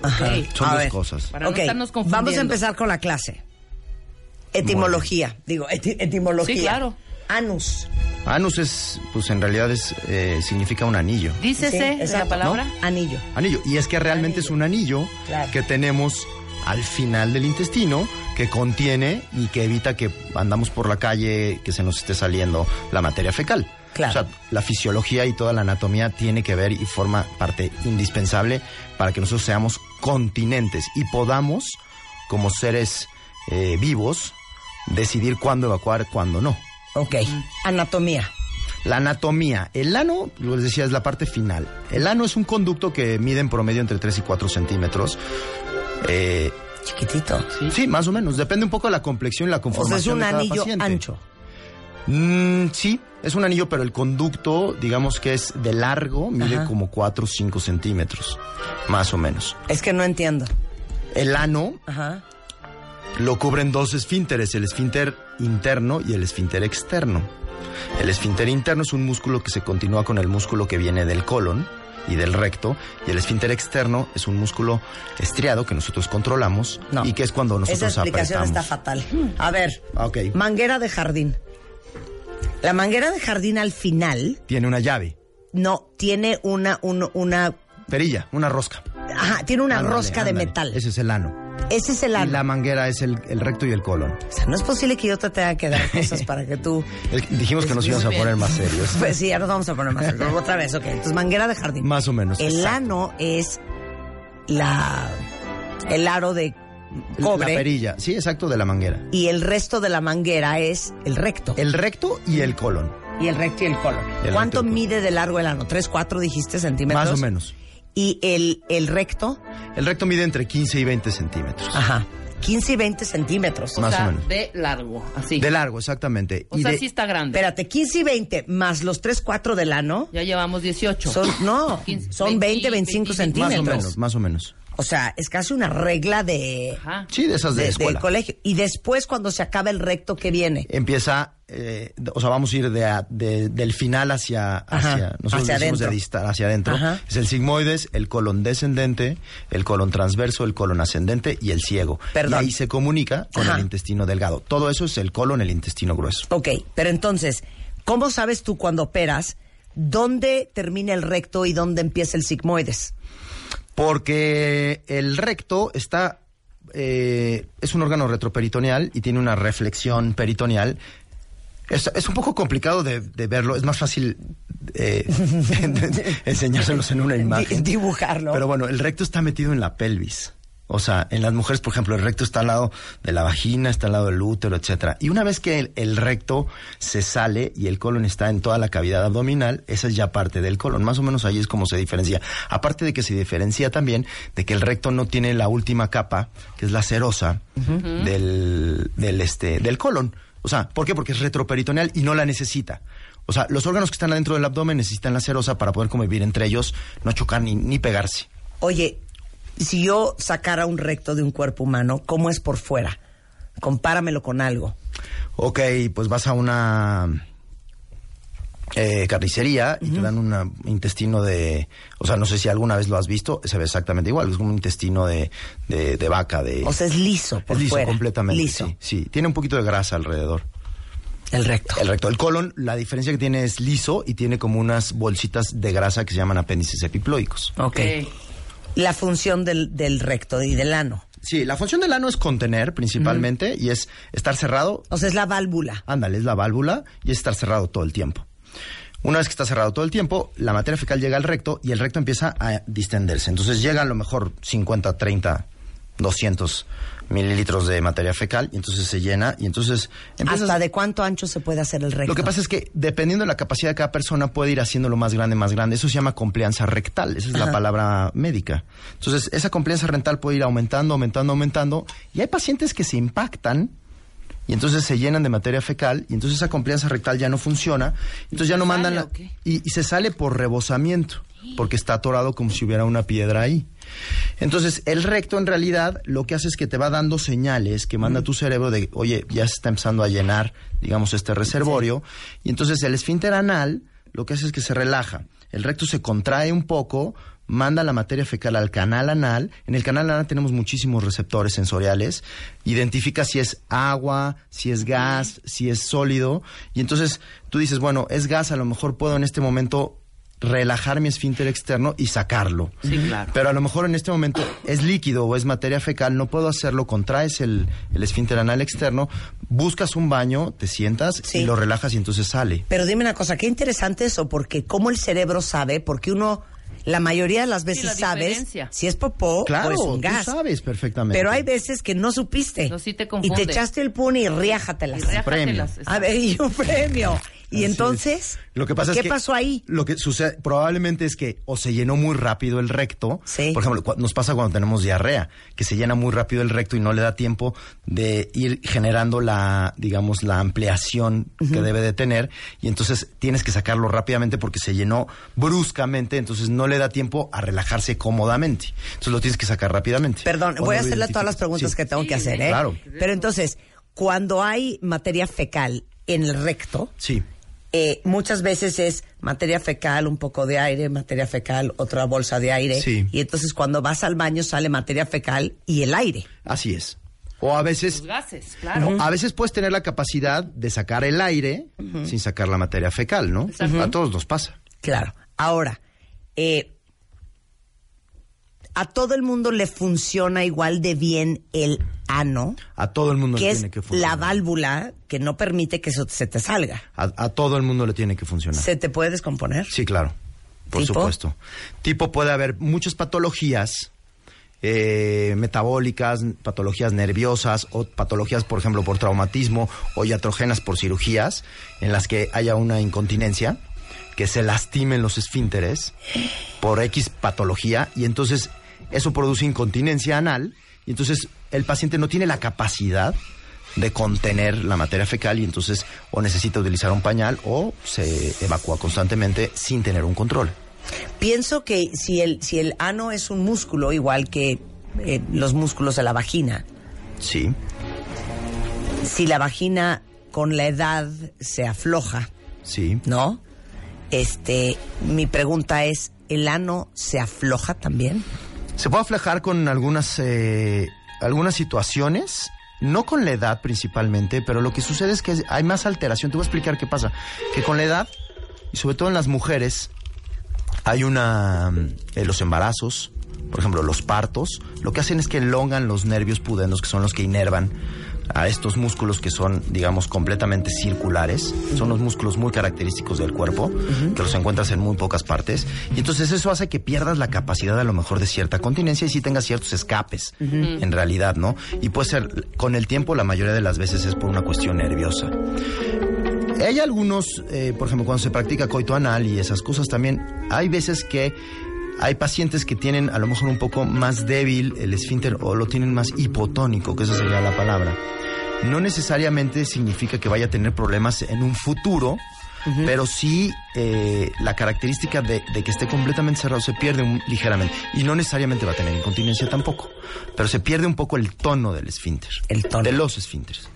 [SPEAKER 7] ok.
[SPEAKER 5] Ajá.
[SPEAKER 9] Son
[SPEAKER 5] A
[SPEAKER 9] dos
[SPEAKER 5] ver.
[SPEAKER 9] cosas.
[SPEAKER 7] Para no
[SPEAKER 5] Ok,
[SPEAKER 7] estarnos confundiendo.
[SPEAKER 5] Vamos a empezar con la clase. Etimología. Digo, eti- etimología.
[SPEAKER 7] Sí, claro.
[SPEAKER 5] Anus.
[SPEAKER 9] Anus es pues en realidad es eh, significa un anillo.
[SPEAKER 5] Sí,
[SPEAKER 7] Dícese de la
[SPEAKER 5] exacto.
[SPEAKER 7] palabra.
[SPEAKER 5] ¿No? Anillo.
[SPEAKER 9] Anillo. Y es que realmente es un anillo
[SPEAKER 5] Claro.
[SPEAKER 9] que tenemos al final del intestino que contiene y que evita que andamos por la calle que se nos esté saliendo la materia fecal.
[SPEAKER 5] Claro.
[SPEAKER 9] O sea, la fisiología y toda la anatomía tiene que ver y forma parte indispensable para que nosotros seamos continentes y podamos, como seres eh, vivos, decidir cuándo evacuar, cuándo no.
[SPEAKER 5] Ok. Anatomía.
[SPEAKER 9] La anatomía. El ano, lo les decía, es la parte final. El ano es un conducto que mide en promedio entre 3 y 4 centímetros. Eh,
[SPEAKER 1] Chiquitito.
[SPEAKER 9] sí, más o menos. Depende un poco de la complexión y la
[SPEAKER 5] O sea,
[SPEAKER 9] conformación.
[SPEAKER 5] es un
[SPEAKER 9] de cada
[SPEAKER 5] anillo
[SPEAKER 9] paciente.
[SPEAKER 5] ancho.
[SPEAKER 9] Mm, sí, es un anillo, pero el conducto, digamos que es de largo, mide
[SPEAKER 5] Ajá.
[SPEAKER 9] como 4 o 5 centímetros, más o menos.
[SPEAKER 5] Es que no entiendo.
[SPEAKER 9] El ano
[SPEAKER 5] Ajá.
[SPEAKER 9] lo cubren dos esfínteres, el esfínter interno y el esfínter externo. El esfínter interno es un músculo que se continúa con el músculo que viene del colon y del recto, y el esfínter externo es un músculo estriado que nosotros controlamos
[SPEAKER 5] No.
[SPEAKER 9] y que es cuando
[SPEAKER 5] Esa
[SPEAKER 9] nosotros
[SPEAKER 5] explicación
[SPEAKER 9] apretamos. Ah,
[SPEAKER 5] está fatal. A ver,
[SPEAKER 9] Ok.
[SPEAKER 5] manguera de jardín. La manguera de jardín al final
[SPEAKER 9] Tiene una llave,
[SPEAKER 5] no tiene una, un- una,
[SPEAKER 9] perilla, una rosca.
[SPEAKER 5] ajá, tiene una
[SPEAKER 9] Ándale,
[SPEAKER 5] rosca de
[SPEAKER 9] ándale.
[SPEAKER 5] metal.
[SPEAKER 9] Ese es el ano.
[SPEAKER 5] Ese es el
[SPEAKER 9] Y
[SPEAKER 5] ano.
[SPEAKER 9] la manguera es el, el recto y el colon.
[SPEAKER 5] O sea, no es posible que yo te tenga que dar cosas para que tú.
[SPEAKER 9] El- dijimos que nos
[SPEAKER 5] Muy
[SPEAKER 9] íbamos a
[SPEAKER 5] bien.
[SPEAKER 9] poner más serios.
[SPEAKER 5] Pues sí, ya nos vamos a poner más. Pero Otra vez, ok. Entonces, manguera de jardín.
[SPEAKER 9] Más o menos.
[SPEAKER 5] el
[SPEAKER 9] exacto.
[SPEAKER 5] ano es la. el aro de
[SPEAKER 9] La
[SPEAKER 5] cobre.
[SPEAKER 9] perilla. Sí, exacto, de la manguera.
[SPEAKER 5] Y el resto de la manguera es el recto.
[SPEAKER 9] El recto y el colon.
[SPEAKER 5] y el recto y el colon.
[SPEAKER 9] El
[SPEAKER 5] ¿Cuánto
[SPEAKER 9] recto y el
[SPEAKER 5] mide de largo el ano? ¿Tres, cuatro dijiste centímetros?
[SPEAKER 9] Más o menos.
[SPEAKER 5] Y el, el recto,
[SPEAKER 9] El recto mide entre 15 y 20 centímetros.
[SPEAKER 5] ajá, 15 y 20 centímetros.
[SPEAKER 9] Más
[SPEAKER 7] o
[SPEAKER 9] o
[SPEAKER 7] sea,
[SPEAKER 9] menos.
[SPEAKER 7] de largo, así.
[SPEAKER 9] De largo, exactamente.
[SPEAKER 7] o
[SPEAKER 9] Y
[SPEAKER 7] sea,
[SPEAKER 9] de-
[SPEAKER 7] sí está grande.
[SPEAKER 5] Espérate, 15 y 20 más los 3, 4 del ano,
[SPEAKER 7] Ya llevamos 18.
[SPEAKER 5] son, no,
[SPEAKER 7] 15,
[SPEAKER 5] son 20, 25
[SPEAKER 9] más o
[SPEAKER 5] centímetros.
[SPEAKER 9] menos, más o menos.
[SPEAKER 5] O sea, es casi una regla de,
[SPEAKER 7] Ajá.
[SPEAKER 9] Sí, de esas de,
[SPEAKER 5] de- de
[SPEAKER 9] escuela.
[SPEAKER 5] colegio. Y después, cuando se acaba el recto, que viene?
[SPEAKER 9] Empieza, eh, o sea, vamos a ir de, a- de- del final hacia,
[SPEAKER 5] Ajá,
[SPEAKER 9] hacia, nosotros
[SPEAKER 5] hacia
[SPEAKER 9] decimos de
[SPEAKER 5] adentro.
[SPEAKER 9] distal, hacia adentro.
[SPEAKER 5] Ajá.
[SPEAKER 9] Es el sigmoides, el colon descendente, el colon transverso, el colon ascendente y el ciego.
[SPEAKER 5] Perdón.
[SPEAKER 9] Y ahí se comunica con
[SPEAKER 5] Ajá.
[SPEAKER 9] el intestino delgado. Todo eso es el colon, el intestino grueso.
[SPEAKER 5] Ok, pero entonces, ¿cómo sabes tú cuando operas dónde termina el recto y dónde empieza el sigmoides?
[SPEAKER 9] Porque el recto está. eh, es un órgano retroperitoneal y tiene una reflexión peritoneal. Es, es un poco complicado de, de verlo, es más fácil eh, enseñárselos en una imagen.
[SPEAKER 5] Di- dibujarlo.
[SPEAKER 9] Pero bueno, el recto está metido en la pelvis. O sea, en las mujeres, por ejemplo, el recto está al lado de la vagina, está al lado del útero, etcétera. Y una vez que el, el recto se sale y el colon está en toda la cavidad abdominal, esa es ya parte del colon. Más o menos ahí es como se diferencia. Aparte de que se diferencia también de que el recto no tiene la última capa, que es la serosa del, del, este, del colon. O sea, ¿por qué? Porque es retroperitoneal y no la necesita. O sea, los órganos que están adentro del abdomen necesitan la serosa para poder convivir entre ellos, no chocar ni, ni pegarse.
[SPEAKER 5] Oye, si yo sacara un recto de un cuerpo humano, ¿cómo es por fuera? Compáramelo con algo.
[SPEAKER 9] Ok, pues vas a una eh, carnicería y te dan un intestino de... O sea, no sé si alguna vez lo has visto, se ve exactamente igual, es como un intestino de, de, de vaca, de...
[SPEAKER 5] O sea, es liso por
[SPEAKER 9] es liso
[SPEAKER 5] fuera.
[SPEAKER 9] completamente.
[SPEAKER 5] Liso.
[SPEAKER 9] Sí, sí, tiene un poquito de grasa alrededor.
[SPEAKER 5] El recto.
[SPEAKER 9] El recto, el colon, la diferencia que tiene es liso y tiene como unas bolsitas de grasa que se llaman apéndices epiploicos.
[SPEAKER 5] Ok. La función del, del recto y del ano.
[SPEAKER 9] Sí, la función del ano es contener principalmente y es estar cerrado
[SPEAKER 5] O sea, es la válvula.
[SPEAKER 9] Ándale, es la válvula y es estar cerrado todo el tiempo. Una vez que está cerrado todo el tiempo, la materia fecal llega al recto y el recto empieza a distenderse. Entonces llega a lo mejor 50, 30, 200 mililitros de materia fecal y entonces se llena y entonces empieza
[SPEAKER 5] ¿Hasta de cuánto ancho se puede hacer el recto?
[SPEAKER 9] Lo que pasa es que dependiendo de la capacidad de cada persona puede ir haciéndolo más grande, más grande. Eso se llama compleanza rectal, esa es la palabra médica. Entonces, esa compleanza rectal puede ir aumentando, aumentando, aumentando. Y hay pacientes que se impactan y entonces se llenan de materia fecal y entonces esa compleanza rectal ya no funciona. Entonces ya no mandan
[SPEAKER 7] sale
[SPEAKER 9] la-
[SPEAKER 7] o qué?
[SPEAKER 9] y, y se sale por rebosamiento, porque está atorado como si hubiera una piedra ahí. Entonces, el recto en realidad lo que hace es que te va dando señales que manda tu cerebro de, oye, ya se está empezando a llenar, digamos, este reservorio. Y entonces el esfínter anal lo que hace es que se relaja. El recto se contrae un poco, manda la materia fecal al canal anal. En el canal anal tenemos muchísimos receptores sensoriales. Identifica si es agua, si es gas, si es sólido. Y entonces tú dices, bueno, es gas, a lo mejor puedo en este momento relajar mi esfínter externo y sacarlo.
[SPEAKER 7] Sí, claro.
[SPEAKER 9] Pero a lo mejor en este momento es líquido o es materia fecal, no puedo hacerlo, contraes el, el esfínter anal externo, buscas un baño, te sientas
[SPEAKER 5] Sí.
[SPEAKER 9] y lo relajas y entonces sale.
[SPEAKER 5] Pero dime una cosa, qué interesante eso, porque cómo el cerebro sabe, porque uno, la mayoría de las veces
[SPEAKER 7] la
[SPEAKER 5] sabes
[SPEAKER 7] diferencia.
[SPEAKER 5] si es popó o
[SPEAKER 9] Claro,
[SPEAKER 5] es un gas.
[SPEAKER 9] tú sabes perfectamente.
[SPEAKER 5] Pero hay veces que no supiste.
[SPEAKER 7] No, sí te
[SPEAKER 5] y te
[SPEAKER 7] confunde.
[SPEAKER 5] echaste el puni y riájatelas.
[SPEAKER 7] Y este, reájatelas,
[SPEAKER 9] premio.
[SPEAKER 7] exacto.
[SPEAKER 5] A ver, y un premio. Y
[SPEAKER 9] Así
[SPEAKER 5] entonces,
[SPEAKER 9] es. lo que pasa
[SPEAKER 5] ¿qué
[SPEAKER 9] es que
[SPEAKER 5] pasó ahí?
[SPEAKER 9] Lo que sucede probablemente es que o se llenó muy rápido el recto.
[SPEAKER 5] Sí.
[SPEAKER 9] Por ejemplo, cua- nos pasa cuando tenemos diarrea, que se llena muy rápido el recto y no le da tiempo de ir generando la, digamos, la ampliación que debe de tener. Y entonces tienes que sacarlo rápidamente porque se llenó bruscamente, entonces no le da tiempo a relajarse cómodamente. Entonces lo tienes que sacar rápidamente.
[SPEAKER 5] Perdón,
[SPEAKER 9] O
[SPEAKER 5] voy a
[SPEAKER 9] no lo
[SPEAKER 5] hacerle todas las
[SPEAKER 9] identificas.
[SPEAKER 5] preguntas
[SPEAKER 9] Sí.
[SPEAKER 5] que tengo que hacer, ¿eh?
[SPEAKER 9] Claro.
[SPEAKER 5] Pero entonces, cuando hay materia fecal en el recto,
[SPEAKER 9] Sí.
[SPEAKER 5] eh, muchas veces es materia fecal, un poco de aire, materia fecal, otra bolsa de aire.
[SPEAKER 9] Sí.
[SPEAKER 5] Y entonces cuando vas al baño sale materia fecal y el aire.
[SPEAKER 9] Así es. O a veces
[SPEAKER 7] Los gases, claro.
[SPEAKER 9] A veces puedes tener la capacidad de sacar el aire sin sacar la materia fecal, ¿no? A todos nos pasa.
[SPEAKER 5] Claro. Ahora, eh, a todo el mundo le funciona igual de bien el ano,
[SPEAKER 9] A todo el mundo
[SPEAKER 5] que
[SPEAKER 9] le
[SPEAKER 5] es
[SPEAKER 9] tiene que
[SPEAKER 5] la
[SPEAKER 9] funcionar.
[SPEAKER 5] válvula que no permite que eso se te salga.
[SPEAKER 9] a, a todo el mundo le tiene que funcionar.
[SPEAKER 5] ¿Se te puede descomponer?
[SPEAKER 9] Sí, claro. Por
[SPEAKER 5] ¿Tipo?
[SPEAKER 9] supuesto. Tipo puede haber muchas patologías eh, metabólicas, patologías nerviosas o patologías, por ejemplo, por traumatismo o iatrogenas por cirugías, en las que haya una incontinencia, que se lastimen los esfínteres por X patología y entonces eso produce incontinencia anal y entonces el paciente no tiene la capacidad de contener la materia fecal y entonces o necesita utilizar un pañal o se evacúa constantemente sin tener un control.
[SPEAKER 5] Pienso que si el, si el ano es un músculo, igual que eh, los músculos de la vagina,
[SPEAKER 9] Sí.
[SPEAKER 5] si la vagina con la edad se afloja,
[SPEAKER 9] Sí.
[SPEAKER 5] ¿no? Este, mi pregunta es, ¿el ano se afloja también?
[SPEAKER 9] Se puede aflejar con algunas, eh, algunas situaciones, no con la edad principalmente, pero lo que sucede es que hay más alteración. Te voy a explicar qué pasa. Que con la edad, y sobre todo en las mujeres, hay una... mm, eh, los embarazos, por ejemplo, los partos, lo que hacen es que elongan los nervios pudendos, que son los que inervan a estos músculos que son, digamos, completamente circulares. Son los músculos muy característicos del cuerpo, que los encuentras en muy pocas partes. Y entonces eso hace que pierdas la capacidad a lo mejor de cierta continencia y sí tengas ciertos escapes, en realidad, ¿no? Y puede ser, con el tiempo, la mayoría de las veces es por una cuestión nerviosa. Hay algunos, eh, por ejemplo, cuando se practica coito anal y esas cosas también, hay veces que hay pacientes que tienen a lo mejor un poco más débil el esfínter o lo tienen más hipotónico, que esa sería la palabra. No necesariamente significa que vaya a tener problemas en un futuro, pero sí eh, la característica de, de que esté completamente cerrado se pierde un- ligeramente. Y no necesariamente va a tener incontinencia tampoco, pero se pierde un poco el tono del esfínter.
[SPEAKER 5] El tono.
[SPEAKER 9] De los esfínteres.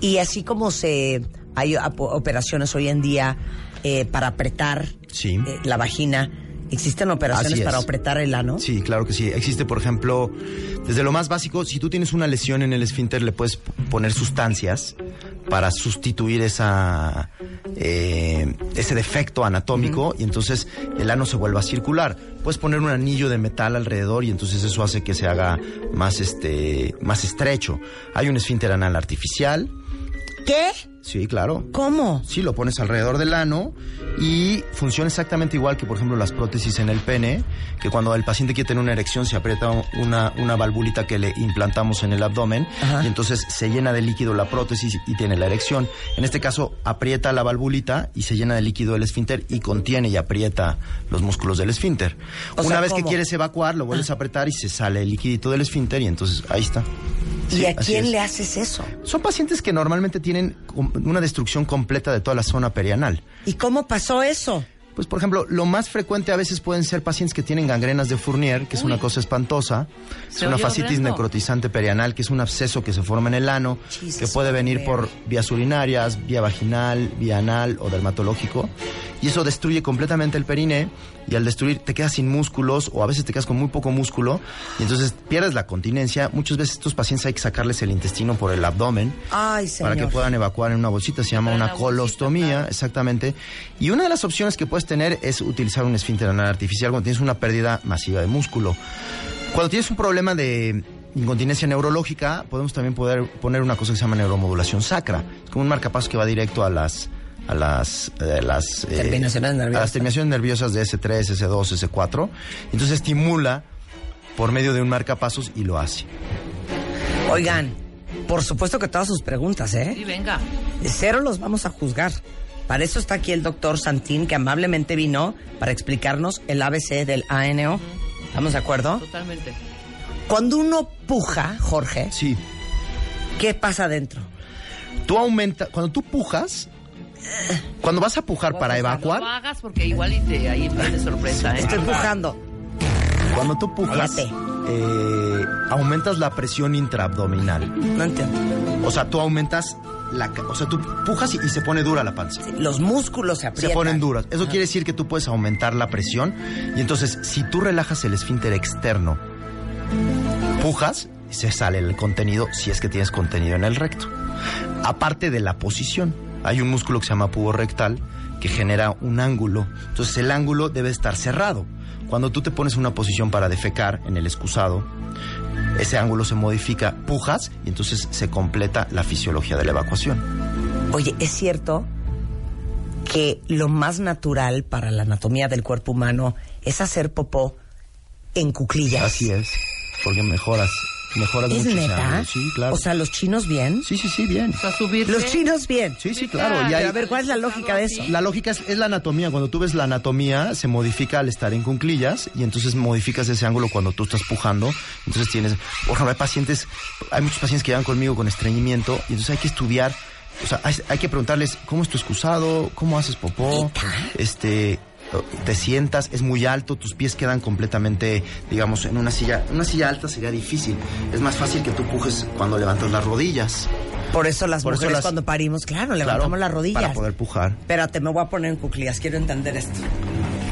[SPEAKER 5] Y así como se hay op- operaciones hoy en día eh, para apretar
[SPEAKER 9] Sí.
[SPEAKER 5] eh, la vagina, ¿existen operaciones
[SPEAKER 9] Así es.
[SPEAKER 5] para apretar el ano?
[SPEAKER 9] Sí, claro que sí. Existe, por ejemplo, desde lo más básico, si tú tienes una lesión en el esfínter, le puedes p- poner sustancias para sustituir esa, eh, ese defecto anatómico y entonces el ano se vuelva a circular. Puedes poner un anillo de metal alrededor y entonces eso hace que se haga más, este, más estrecho. Hay un esfínter anal artificial.
[SPEAKER 5] ¿Qué?
[SPEAKER 9] Sí, claro.
[SPEAKER 5] ¿Cómo?
[SPEAKER 9] Sí, lo pones alrededor del ano y funciona exactamente igual que, por ejemplo, las prótesis en el pene, que cuando el paciente quiere tener una erección se aprieta una, una valvulita que le implantamos en el abdomen
[SPEAKER 5] Ajá.
[SPEAKER 9] y entonces se llena de líquido la prótesis y tiene la erección. En este caso, aprieta la valvulita y se llena de líquido el esfínter y contiene y aprieta los músculos del esfínter.
[SPEAKER 5] O
[SPEAKER 9] una
[SPEAKER 5] sea,
[SPEAKER 9] vez
[SPEAKER 5] ¿cómo? Ah.
[SPEAKER 9] que quieres evacuar, lo vuelves a apretar y se sale el liquidito del esfínter y entonces ahí está.
[SPEAKER 5] ¿Y
[SPEAKER 9] Sí,
[SPEAKER 5] a
[SPEAKER 9] así
[SPEAKER 5] quién
[SPEAKER 9] es.
[SPEAKER 5] le haces eso?
[SPEAKER 9] Son pacientes que normalmente tienen com- una destrucción completa de toda la zona perianal.
[SPEAKER 5] ¿Y cómo pasó eso?
[SPEAKER 9] Pues, por ejemplo, lo más frecuente a veces pueden ser pacientes que tienen gangrenas de Fournier, que es una cosa espantosa. Es
[SPEAKER 7] Se
[SPEAKER 9] una
[SPEAKER 7] oye
[SPEAKER 9] fascitis
[SPEAKER 7] horrendo.
[SPEAKER 9] necrotizante perianal, que es un absceso que se forma en el ano,
[SPEAKER 5] Jesus,
[SPEAKER 9] que puede venir
[SPEAKER 5] qué
[SPEAKER 9] por vías urinarias, vía vaginal, vía anal o dermatológico. Y eso destruye completamente el periné y al destruir te quedas sin músculos o a veces te quedas con muy poco músculo y entonces pierdes la continencia. Muchas veces estos pacientes hay que sacarles el intestino por el abdomen
[SPEAKER 5] Ay, señor.
[SPEAKER 9] para que puedan evacuar en una bolsita. Se llama
[SPEAKER 7] Pero en
[SPEAKER 9] una
[SPEAKER 7] la bolsita,
[SPEAKER 9] colostomía,
[SPEAKER 7] claro.
[SPEAKER 9] exactamente. Y una de las opciones que puedes tener es utilizar un esfínter anal artificial cuando tienes una pérdida masiva de músculo. Cuando tienes un problema de incontinencia neurológica, podemos también poder poner una cosa que se llama neuromodulación sacra. Es como un marcapaso que va directo a las a las, eh, las eh,
[SPEAKER 5] Terminaciones nerviosas.
[SPEAKER 9] a las terminaciones nerviosas de S3, S2, S4. Entonces estimula por medio de un marcapasos y lo hace.
[SPEAKER 5] Oigan, por supuesto que todas sus preguntas,
[SPEAKER 7] Y
[SPEAKER 5] ¿eh?
[SPEAKER 7] venga.
[SPEAKER 5] De cero los vamos a juzgar. Para eso está aquí el doctor Santín, que amablemente vino para explicarnos el ABC del ANO. ¿Estamos de acuerdo?
[SPEAKER 7] Totalmente.
[SPEAKER 5] Cuando uno puja, Jorge,
[SPEAKER 9] Sí.
[SPEAKER 5] ¿qué pasa adentro?
[SPEAKER 9] Tú aumenta, cuando tú pujas, cuando vas a pujar para
[SPEAKER 7] No
[SPEAKER 9] evacuar,
[SPEAKER 7] lo hagas porque igual y te, ahí viene sorpresa, ¿eh?
[SPEAKER 5] Estoy pujando.
[SPEAKER 9] cuando tú pujas,
[SPEAKER 5] Fíjate.
[SPEAKER 9] eh, aumentas la presión intraabdominal.
[SPEAKER 5] No entiendo.
[SPEAKER 9] O sea, tú aumentas la, ca- o sea, tú pujas y, y se pone dura la panza.
[SPEAKER 5] Los músculos se
[SPEAKER 9] Se
[SPEAKER 5] aprietan.
[SPEAKER 9] ponen duras. Eso quiere decir que tú puedes aumentar la presión. Y entonces, si tú relajas el esfínter externo, pujas, se sale el contenido, si es que tienes contenido en el recto. Aparte de la posición, hay un músculo que se llama pubo rectal que genera un ángulo. Entonces, el ángulo debe estar cerrado. Cuando tú te pones en una posición para defecar en el excusado, ese ángulo se modifica, pujas y entonces se completa la fisiología de la evacuación.
[SPEAKER 5] Oye, es cierto que lo más natural para la anatomía del cuerpo humano es hacer popó en cuclillas.
[SPEAKER 9] Así es, porque mejoras, mejoras
[SPEAKER 5] ¿Es
[SPEAKER 9] mucho ese
[SPEAKER 5] neta?
[SPEAKER 9] ángulo. Sí, claro.
[SPEAKER 5] O sea, los chinos bien.
[SPEAKER 9] Sí, sí, sí, bien.
[SPEAKER 7] O sea, subirte.
[SPEAKER 5] Los chinos bien.
[SPEAKER 9] Sí, sí, claro. Y
[SPEAKER 7] Pero
[SPEAKER 9] hay-
[SPEAKER 5] Pero a ver, ¿cuál es la lógica de eso?
[SPEAKER 9] La lógica es, es la anatomía. Cuando tú ves la anatomía, se modifica al estar en cunclillas y entonces modificas ese ángulo cuando tú estás pujando. Entonces tienes, por ejemplo, hay pacientes, hay muchos pacientes que llegan conmigo con estreñimiento y entonces hay que estudiar, o sea, hay, hay que preguntarles cómo es tu excusado, cómo haces popó, este, te sientas, es muy alto, tus pies quedan completamente, digamos, en una silla. Una silla alta sería difícil. Es más fácil que tú pujes cuando levantas las rodillas.
[SPEAKER 5] Por eso las
[SPEAKER 9] Por eso
[SPEAKER 5] mujeres
[SPEAKER 9] las-
[SPEAKER 5] cuando parimos, claro, levantamos
[SPEAKER 9] Claro,
[SPEAKER 5] las rodillas.
[SPEAKER 9] Para poder pujar.
[SPEAKER 5] Espérate, me voy a poner en cuclillas, quiero entender esto.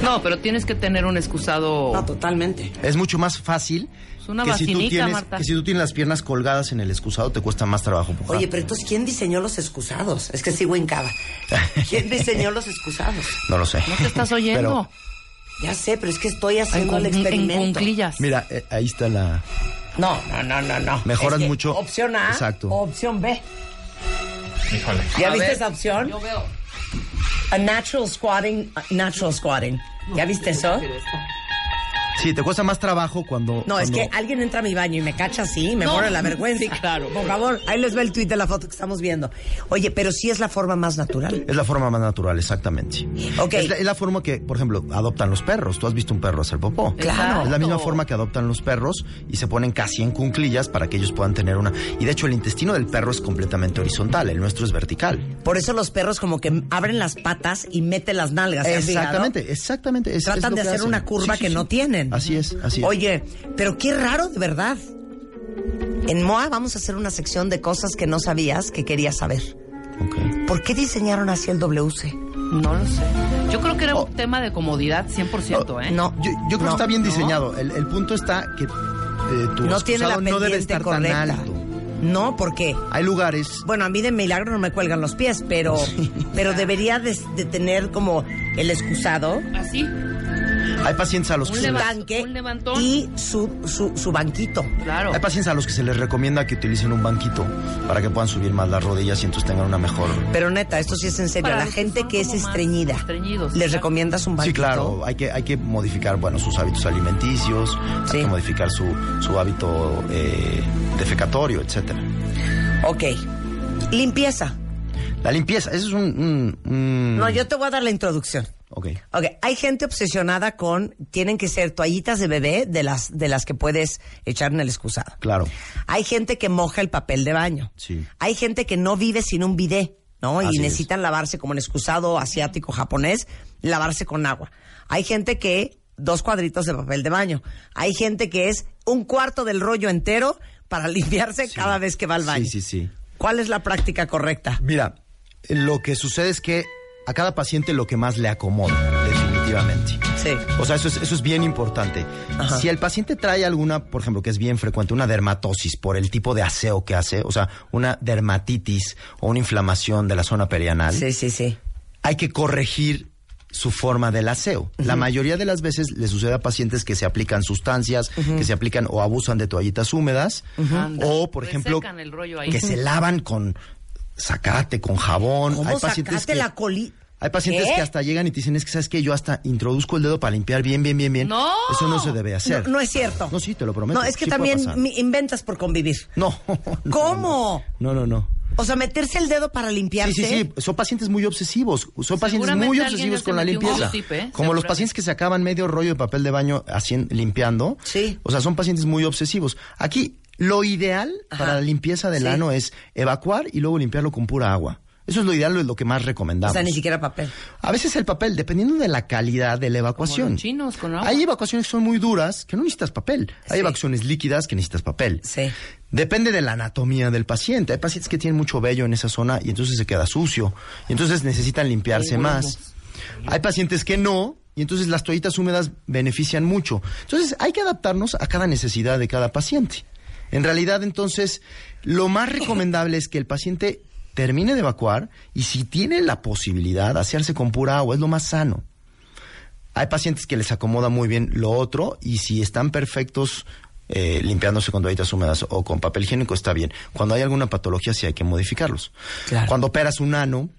[SPEAKER 7] No, pero tienes que tener un
[SPEAKER 9] Oh.
[SPEAKER 7] excusado.
[SPEAKER 5] No, totalmente.
[SPEAKER 9] Es mucho más fácil
[SPEAKER 7] Es una
[SPEAKER 9] que, si tú
[SPEAKER 7] vacinica,
[SPEAKER 9] tienes,
[SPEAKER 7] Marta.
[SPEAKER 9] que si tú tienes las piernas colgadas en el excusado, te cuesta más trabajo pujar.
[SPEAKER 5] Oye, pero entonces, ¿quién diseñó los excusados? Es que sigo en cava. ¿Quién diseñó los excusados?
[SPEAKER 9] no lo sé.
[SPEAKER 7] ¿No te estás oyendo?
[SPEAKER 9] Pero-
[SPEAKER 5] Ya sé, pero es que estoy
[SPEAKER 7] en,
[SPEAKER 5] haciendo el
[SPEAKER 7] con- en
[SPEAKER 5] experimento.
[SPEAKER 7] cunclillas.
[SPEAKER 9] Mira, eh, ahí está la...
[SPEAKER 5] No, no, no, no, no.
[SPEAKER 9] Mejoras
[SPEAKER 5] Es que
[SPEAKER 9] mucho.
[SPEAKER 5] Opción A.
[SPEAKER 9] Exacto.
[SPEAKER 5] Opción B.
[SPEAKER 3] Híjole.
[SPEAKER 5] ¿Ya
[SPEAKER 7] A
[SPEAKER 5] viste
[SPEAKER 7] ver.
[SPEAKER 5] esa opción?
[SPEAKER 7] Yo veo.
[SPEAKER 5] A natural squatting, a natural squatting. ¿Ya viste eso?
[SPEAKER 9] Sí, te cuesta más trabajo cuando...
[SPEAKER 5] No, es
[SPEAKER 9] cuando-
[SPEAKER 5] que alguien entra a mi baño y me cacha así, me
[SPEAKER 7] No.
[SPEAKER 5] muero de la vergüenza.
[SPEAKER 7] Sí, claro.
[SPEAKER 5] Por favor, ahí les ve el tweet de la foto que estamos viendo. Oye, pero sí es la forma más natural.
[SPEAKER 9] Es la forma más natural, exactamente.
[SPEAKER 5] Ok.
[SPEAKER 9] Es la, es la forma que, por ejemplo, adoptan los perros. Tú has visto un perro hacer popó.
[SPEAKER 5] Claro.
[SPEAKER 9] Es la misma forma que adoptan los perros y se ponen casi en cunclillas para que ellos puedan tener una... Y de hecho el intestino del perro es completamente horizontal, el nuestro es vertical.
[SPEAKER 5] Por eso los perros como que abren las patas y meten las nalgas. ¿te has fijado?
[SPEAKER 9] Exactamente, exactamente. es- es
[SPEAKER 5] Tratan
[SPEAKER 9] lo
[SPEAKER 5] de
[SPEAKER 9] que
[SPEAKER 5] hacer
[SPEAKER 9] hacen.
[SPEAKER 5] una curva
[SPEAKER 9] Sí, sí,
[SPEAKER 5] que
[SPEAKER 9] sí.
[SPEAKER 5] no tienen.
[SPEAKER 9] Así es, así es.
[SPEAKER 5] Oye, pero qué raro de verdad. En MOA vamos a hacer una sección de cosas que no sabías que querías saber.
[SPEAKER 9] Ok.
[SPEAKER 5] ¿Por qué diseñaron así el WC?
[SPEAKER 9] Pues,
[SPEAKER 7] No lo sé. Yo creo que era un
[SPEAKER 9] Oh.
[SPEAKER 7] tema de comodidad 100%, ¿eh?
[SPEAKER 5] Oh, No,
[SPEAKER 9] Yo, yo creo
[SPEAKER 5] no,
[SPEAKER 9] que está bien
[SPEAKER 5] no.
[SPEAKER 9] diseñado. El, el punto está que eh, tu
[SPEAKER 5] No
[SPEAKER 9] excusado
[SPEAKER 5] tiene la pendiente
[SPEAKER 9] pues, no debe estar
[SPEAKER 5] correcta.
[SPEAKER 9] tan alto.
[SPEAKER 5] No, porque
[SPEAKER 9] Hay lugares.
[SPEAKER 5] bueno, a mí de milagro no me cuelgan los pies, pero pero debería de, de tener como el excusado,
[SPEAKER 7] Así.
[SPEAKER 9] Hay pacientes a los que
[SPEAKER 7] Un
[SPEAKER 9] se
[SPEAKER 5] su
[SPEAKER 9] les,
[SPEAKER 7] levanta-
[SPEAKER 5] tanque
[SPEAKER 7] un levantón.
[SPEAKER 5] y su, su, su banquito.
[SPEAKER 7] Claro.
[SPEAKER 9] hay pacientes a los que se les recomienda que utilicen un banquito para que puedan subir más las rodillas y entonces tengan una mejor.
[SPEAKER 5] Pero neta, esto sí es en serio.
[SPEAKER 7] Para
[SPEAKER 5] La
[SPEAKER 7] los
[SPEAKER 5] gente
[SPEAKER 7] son
[SPEAKER 5] que es
[SPEAKER 7] como más
[SPEAKER 5] estreñida, ¿les
[SPEAKER 7] estreñidos, claro.
[SPEAKER 5] recomiendas un banquito?
[SPEAKER 9] Sí, claro, hay que, hay que modificar bueno, sus hábitos alimenticios,
[SPEAKER 5] Sí.
[SPEAKER 9] hay que modificar su, su hábito eh, defecatorio, etcétera.
[SPEAKER 5] Ok. Limpieza.
[SPEAKER 9] La limpieza, eso es un. un- un-
[SPEAKER 5] No, yo te voy a dar la introducción.
[SPEAKER 9] Ok.
[SPEAKER 5] Ok, hay gente obsesionada con tienen que ser toallitas de bebé de las de las que puedes echar en el excusado.
[SPEAKER 9] Claro.
[SPEAKER 5] Hay gente que moja el papel de baño.
[SPEAKER 9] Sí.
[SPEAKER 5] Hay gente que no vive sin un bidé, ¿no?
[SPEAKER 9] Así
[SPEAKER 5] y
[SPEAKER 9] es.
[SPEAKER 5] necesitan lavarse como en excusado asiático japonés, lavarse con agua. Hay gente que dos cuadritos de papel de baño. Hay gente que es un cuarto del rollo entero para limpiarse cada vez que va al
[SPEAKER 9] Sí,
[SPEAKER 5] baño.
[SPEAKER 9] sí, sí.
[SPEAKER 5] ¿Cuál es la práctica correcta?
[SPEAKER 9] Mira, lo que sucede es que a cada paciente lo que más le acomoda, definitivamente.
[SPEAKER 5] Sí.
[SPEAKER 9] O sea, eso es, eso es bien importante.
[SPEAKER 5] Ajá.
[SPEAKER 9] Si el paciente trae alguna, por ejemplo, que es bien frecuente, una dermatosis por el tipo de aseo que hace, o sea, una dermatitis o una inflamación de la zona perianal,
[SPEAKER 5] Sí, sí, sí.
[SPEAKER 9] hay que corregir su forma del aseo. La mayoría de las veces le sucede a pacientes que se aplican sustancias, que se aplican o abusan de toallitas húmedas,
[SPEAKER 7] Anda.
[SPEAKER 9] o por ejemplo,
[SPEAKER 7] Resecan Pues el rollo ahí.
[SPEAKER 9] que se lavan con zacate, con jabón.
[SPEAKER 5] ¿Cómo sacaste la coli?
[SPEAKER 9] Hay pacientes
[SPEAKER 5] ¿Qué?
[SPEAKER 9] que hasta llegan y te dicen, es que sabes que yo hasta introduzco el dedo para limpiar bien, bien, bien, bien.
[SPEAKER 7] ¡No!
[SPEAKER 9] Eso no se debe hacer.
[SPEAKER 5] No, no es cierto.
[SPEAKER 9] No, sí, te lo prometo.
[SPEAKER 5] No, es que
[SPEAKER 9] Sí puede
[SPEAKER 5] también
[SPEAKER 9] pasar.
[SPEAKER 5] mi- inventas por convivir.
[SPEAKER 9] No. no,
[SPEAKER 5] ¿Cómo?
[SPEAKER 9] No, no, no.
[SPEAKER 5] O sea, meterse el dedo para limpiarse.
[SPEAKER 9] Sí, sí, sí. Son pacientes muy obsesivos. Son pacientes
[SPEAKER 7] Seguramente
[SPEAKER 9] muy
[SPEAKER 7] alguien
[SPEAKER 9] obsesivos
[SPEAKER 7] ya
[SPEAKER 9] con
[SPEAKER 7] se
[SPEAKER 9] la
[SPEAKER 7] metió un
[SPEAKER 9] limpieza.
[SPEAKER 7] tip, ¿eh?
[SPEAKER 9] Como los
[SPEAKER 7] Seguramente.
[SPEAKER 9] pacientes que sacaban medio rollo de papel de baño hacien- limpiando.
[SPEAKER 5] Sí.
[SPEAKER 9] O sea, son pacientes muy obsesivos. Aquí, lo ideal para la limpieza del
[SPEAKER 5] Sí.
[SPEAKER 9] ano es evacuar y luego limpiarlo con pura agua. Eso es lo ideal, es lo que más
[SPEAKER 5] O
[SPEAKER 9] recomendamos.
[SPEAKER 5] sea, ni siquiera papel.
[SPEAKER 9] A veces el papel, dependiendo de la calidad de la evacuación.
[SPEAKER 7] los chinos con agua.
[SPEAKER 9] Hay evacuaciones que son muy duras que no necesitas papel. Hay
[SPEAKER 5] Sí.
[SPEAKER 9] evacuaciones líquidas que necesitas papel.
[SPEAKER 5] Sí.
[SPEAKER 9] Depende de la anatomía del paciente. Hay pacientes que tienen mucho vello en esa zona y entonces se queda sucio. Y entonces necesitan limpiarse más. Hay pacientes que no. Y entonces las toallitas húmedas benefician mucho. Entonces hay que adaptarnos a cada necesidad de cada paciente. En realidad, entonces, lo más recomendable es que el paciente termine de evacuar y si tiene la posibilidad, hacerse con pura agua, es lo más sano. Hay pacientes que les acomoda muy bien lo otro y si están perfectos eh, limpiándose con toallitas húmedas o con papel higiénico está bien. Cuando hay alguna patología sí hay que modificarlos.
[SPEAKER 5] Claro.
[SPEAKER 9] Cuando operas un ano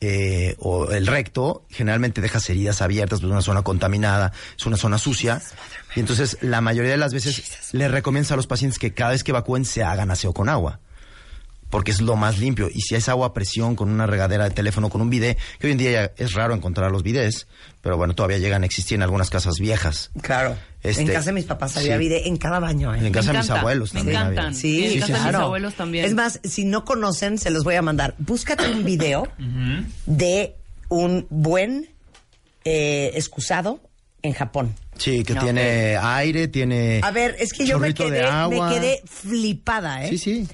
[SPEAKER 9] eh, o el recto, generalmente dejas heridas abiertas, pues es una zona contaminada, es una zona sucia. Y entonces la mayoría de las veces les recomiendas a los pacientes que cada vez que evacúen se hagan aseo con agua porque es lo más limpio. Y si es agua a presión con una regadera de teléfono, con un bidé, que hoy en día ya es raro encontrar los bidés, pero bueno, todavía llegan a existir en algunas casas viejas.
[SPEAKER 5] Claro.
[SPEAKER 9] Este,
[SPEAKER 5] en casa de mis papás había
[SPEAKER 9] sí.
[SPEAKER 5] vide en cada baño,
[SPEAKER 9] En
[SPEAKER 5] ¿eh?
[SPEAKER 7] Me
[SPEAKER 9] casa de mis
[SPEAKER 7] encanta,
[SPEAKER 9] abuelos
[SPEAKER 7] me
[SPEAKER 9] también. había.
[SPEAKER 7] encantan.
[SPEAKER 5] Sí,
[SPEAKER 7] Y en casa de mis
[SPEAKER 5] claro.
[SPEAKER 7] abuelos también.
[SPEAKER 5] Es más, si no conocen, se los voy a mandar. Búscate un video de un buen eh, excusado en Japón.
[SPEAKER 9] Sí, que tiene aire, tiene.
[SPEAKER 5] eh. A ver, es que yo me
[SPEAKER 9] chorrito de
[SPEAKER 5] quedé, me
[SPEAKER 9] agua.
[SPEAKER 5] quedé flipada, ¿eh?
[SPEAKER 9] Sí, sí.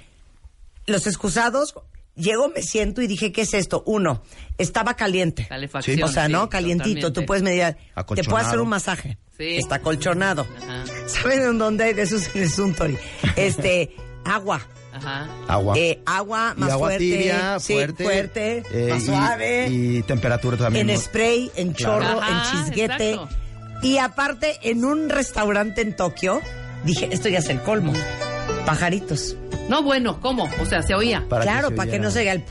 [SPEAKER 5] Los excusados, llego, me siento y dije, ¿qué es esto? Uno, estaba caliente.
[SPEAKER 7] Calefacción,
[SPEAKER 9] Sí.
[SPEAKER 5] O sea, ¿no?
[SPEAKER 7] sí,
[SPEAKER 5] Calientito.
[SPEAKER 7] totalmente.
[SPEAKER 5] Tú puedes medir. Te
[SPEAKER 9] Acolchonado.
[SPEAKER 5] puedo hacer un masaje.
[SPEAKER 7] Sí.
[SPEAKER 5] Está acolchonado.
[SPEAKER 7] Ajá.
[SPEAKER 5] ¿Saben en dónde hay de esos en el Suntory? Este, agua.
[SPEAKER 7] Ajá.
[SPEAKER 9] Agua.
[SPEAKER 5] Eh, agua
[SPEAKER 9] Y
[SPEAKER 5] más
[SPEAKER 9] agua
[SPEAKER 5] fuerte.
[SPEAKER 9] tibia,
[SPEAKER 5] sí,
[SPEAKER 9] fuerte.
[SPEAKER 5] fuerte,
[SPEAKER 9] eh,
[SPEAKER 5] más
[SPEAKER 9] y-
[SPEAKER 5] suave.
[SPEAKER 9] Y temperatura también.
[SPEAKER 5] en
[SPEAKER 9] ¿no?
[SPEAKER 5] spray, en
[SPEAKER 9] Claro.
[SPEAKER 5] chorro,
[SPEAKER 7] Ajá,
[SPEAKER 5] en chisguete.
[SPEAKER 7] exacto.
[SPEAKER 5] Y aparte, en un restaurante en Tokio, dije, esto ya es el colmo. Pajaritos.
[SPEAKER 7] No, bueno, ¿cómo? O sea, se oía.
[SPEAKER 9] Para que
[SPEAKER 5] claro,
[SPEAKER 9] se
[SPEAKER 5] para que
[SPEAKER 9] oyera.
[SPEAKER 5] no se oiga el...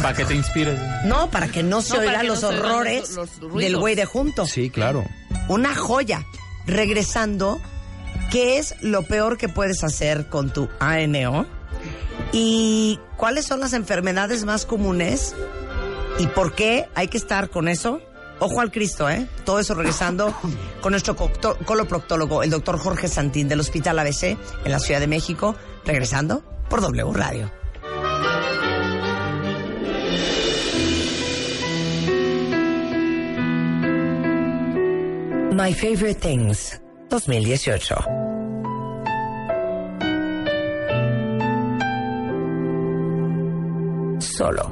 [SPEAKER 3] Para que te inspires.
[SPEAKER 5] No, para que no se
[SPEAKER 7] No, para
[SPEAKER 5] oigan
[SPEAKER 7] que no
[SPEAKER 5] los
[SPEAKER 7] se oigan los-
[SPEAKER 5] horrores
[SPEAKER 7] los ruidos.
[SPEAKER 5] del güey de junto.
[SPEAKER 9] Sí, claro.
[SPEAKER 5] Una joya. Regresando, ¿qué es lo peor que puedes hacer con tu ANO? ¿Y cuáles son las enfermedades más comunes? ¿Y por qué hay que estar con eso? Ojo al Cristo, ¿eh? Todo eso regresando con nuestro cocto- coloproctólogo, el doctor Jorge Santín del Hospital ABC en la Ciudad de México, regresando por W Radio.
[SPEAKER 1] My Favorite Things 2018. Solo.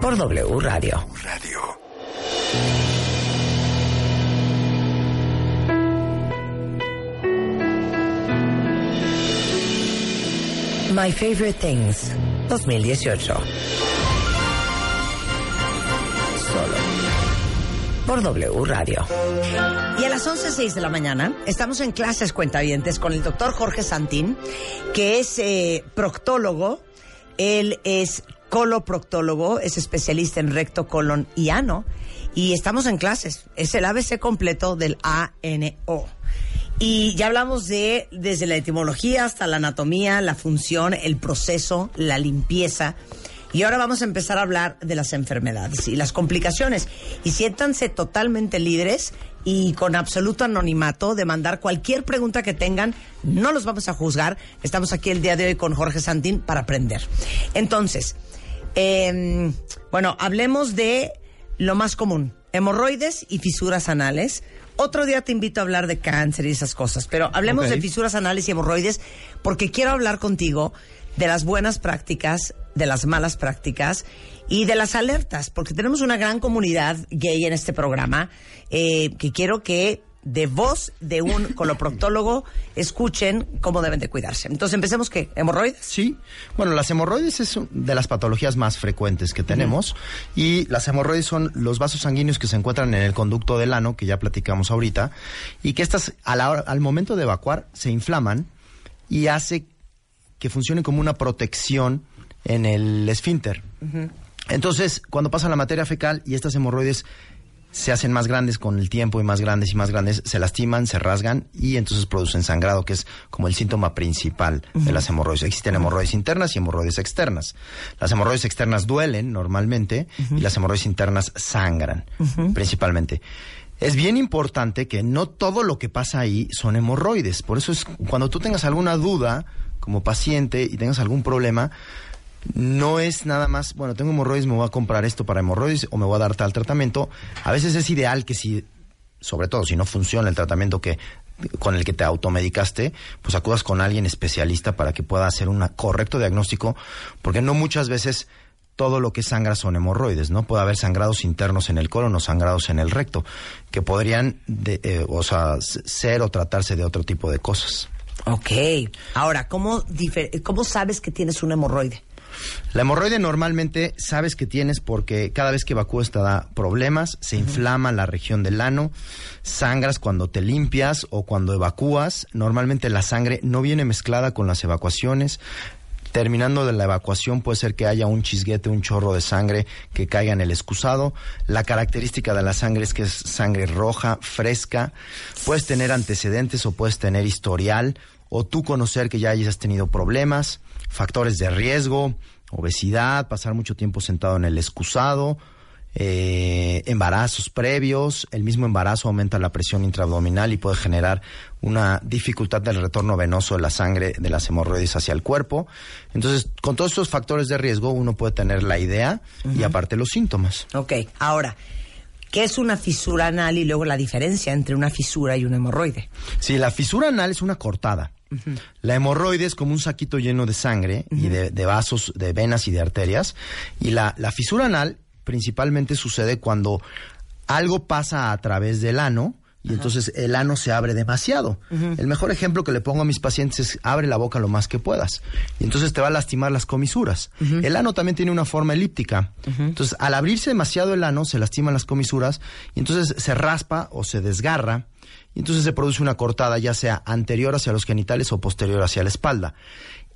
[SPEAKER 1] Por W Radio.
[SPEAKER 2] Radio.
[SPEAKER 1] My Favorite Things 2018. Solo. Por W Radio.
[SPEAKER 5] Y a las 11.06 de la mañana estamos en clases cuentavientes con el doctor Jorge Santín, que es eh, proctólogo. Él es coloproctólogo, es especialista en recto, colon y ano. Y estamos en clases. Es el ABC completo del ANO. Y ya hablamos de desde la etimología hasta la anatomía, la función, el proceso, la limpieza. Y ahora vamos a empezar a hablar de las enfermedades y las complicaciones. Y siéntanse totalmente libres y con absoluto anonimato de mandar cualquier pregunta que tengan. No los vamos a juzgar. Estamos aquí el día de hoy con Jorge Santín para aprender. Entonces, eh, bueno, hablemos de lo más común, hemorroides y fisuras anales. Otro día te invito a hablar de cáncer y esas cosas, pero hablemos
[SPEAKER 9] Ok.
[SPEAKER 5] de fisuras anales y hemorroides porque quiero hablar contigo de las buenas prácticas, de las malas prácticas y de las alertas, porque tenemos una gran comunidad gay en este programa eh, que quiero que de voz de un coloproctólogo escuchen cómo deben de cuidarse. Entonces empecemos que hemorroides.
[SPEAKER 9] Sí, bueno, las hemorroides es un- de las patologías más frecuentes que tenemos y las hemorroides son los vasos sanguíneos que se encuentran en el conducto del ano, que ya platicamos ahorita, y que estas a la hora- al momento de evacuar se inflaman y hace que funcionen como una protección en el esfínter. Entonces, cuando pasa la materia fecal y estas hemorroides se hacen más grandes con el tiempo y más grandes y más grandes, se lastiman, se rasgan y entonces producen sangrado, que es como el síntoma principal de las hemorroides. Existen hemorroides internas y hemorroides externas. Las hemorroides externas duelen normalmente y las hemorroides internas sangran principalmente. Es bien importante que no todo lo que pasa ahí son hemorroides. Por eso es cuando tú tengas alguna duda como paciente y tengas algún problema, no es nada más, bueno, tengo hemorroides, me voy a comprar esto para hemorroides o me voy a dar tal tratamiento. A veces es ideal que si, sobre todo si no funciona el tratamiento que con el que te automedicaste, pues acudas con alguien especialista para que pueda hacer un correcto diagnóstico, porque no muchas veces todo lo que sangra son hemorroides, ¿no? Puede haber sangrados internos en el colon o sangrados en el recto, que podrían, de- eh, o sea, s- ser o tratarse de otro tipo de cosas.
[SPEAKER 5] Ok. Ahora, ¿cómo, difer- ¿cómo sabes que tienes un hemorroide?
[SPEAKER 9] La hemorroide normalmente sabes que tienes porque cada vez que evacúas te da problemas, se inflama la región del ano, sangras cuando te limpias o cuando evacúas. Normalmente la sangre no viene mezclada con las evacuaciones. Terminando de la evacuación puede ser que haya un chisguete, un chorro de sangre que caiga en el excusado. La característica de la sangre es que es sangre roja, fresca. Puedes tener antecedentes o puedes tener historial o tú conocer que ya hayas tenido problemas, factores de riesgo, obesidad, pasar mucho tiempo sentado en el excusado, eh, embarazos previos, el mismo embarazo aumenta la presión intraabdominal y puede generar una dificultad del retorno venoso de la sangre de las hemorroides hacia el cuerpo. Entonces, con todos estos factores de riesgo, uno puede tener la idea y aparte los síntomas.
[SPEAKER 5] Ok. Ahora, ¿qué es una fisura anal y luego la diferencia entre una fisura y un hemorroide?
[SPEAKER 9] Sí, la fisura anal es una cortada. La hemorroide es como un saquito lleno de sangre y de, de vasos, de venas y de arterias. Y la, la fisura anal principalmente sucede cuando algo pasa a través del ano y entonces el ano se abre demasiado. El mejor ejemplo que le pongo a mis pacientes es abre la boca lo más que puedas. Y entonces te va a lastimar las comisuras. El ano también tiene una forma elíptica. Entonces al abrirse demasiado el ano se lastiman las comisuras y entonces se raspa o se desgarra. Y entonces se produce una cortada ya sea anterior hacia los genitales o posterior hacia la espalda.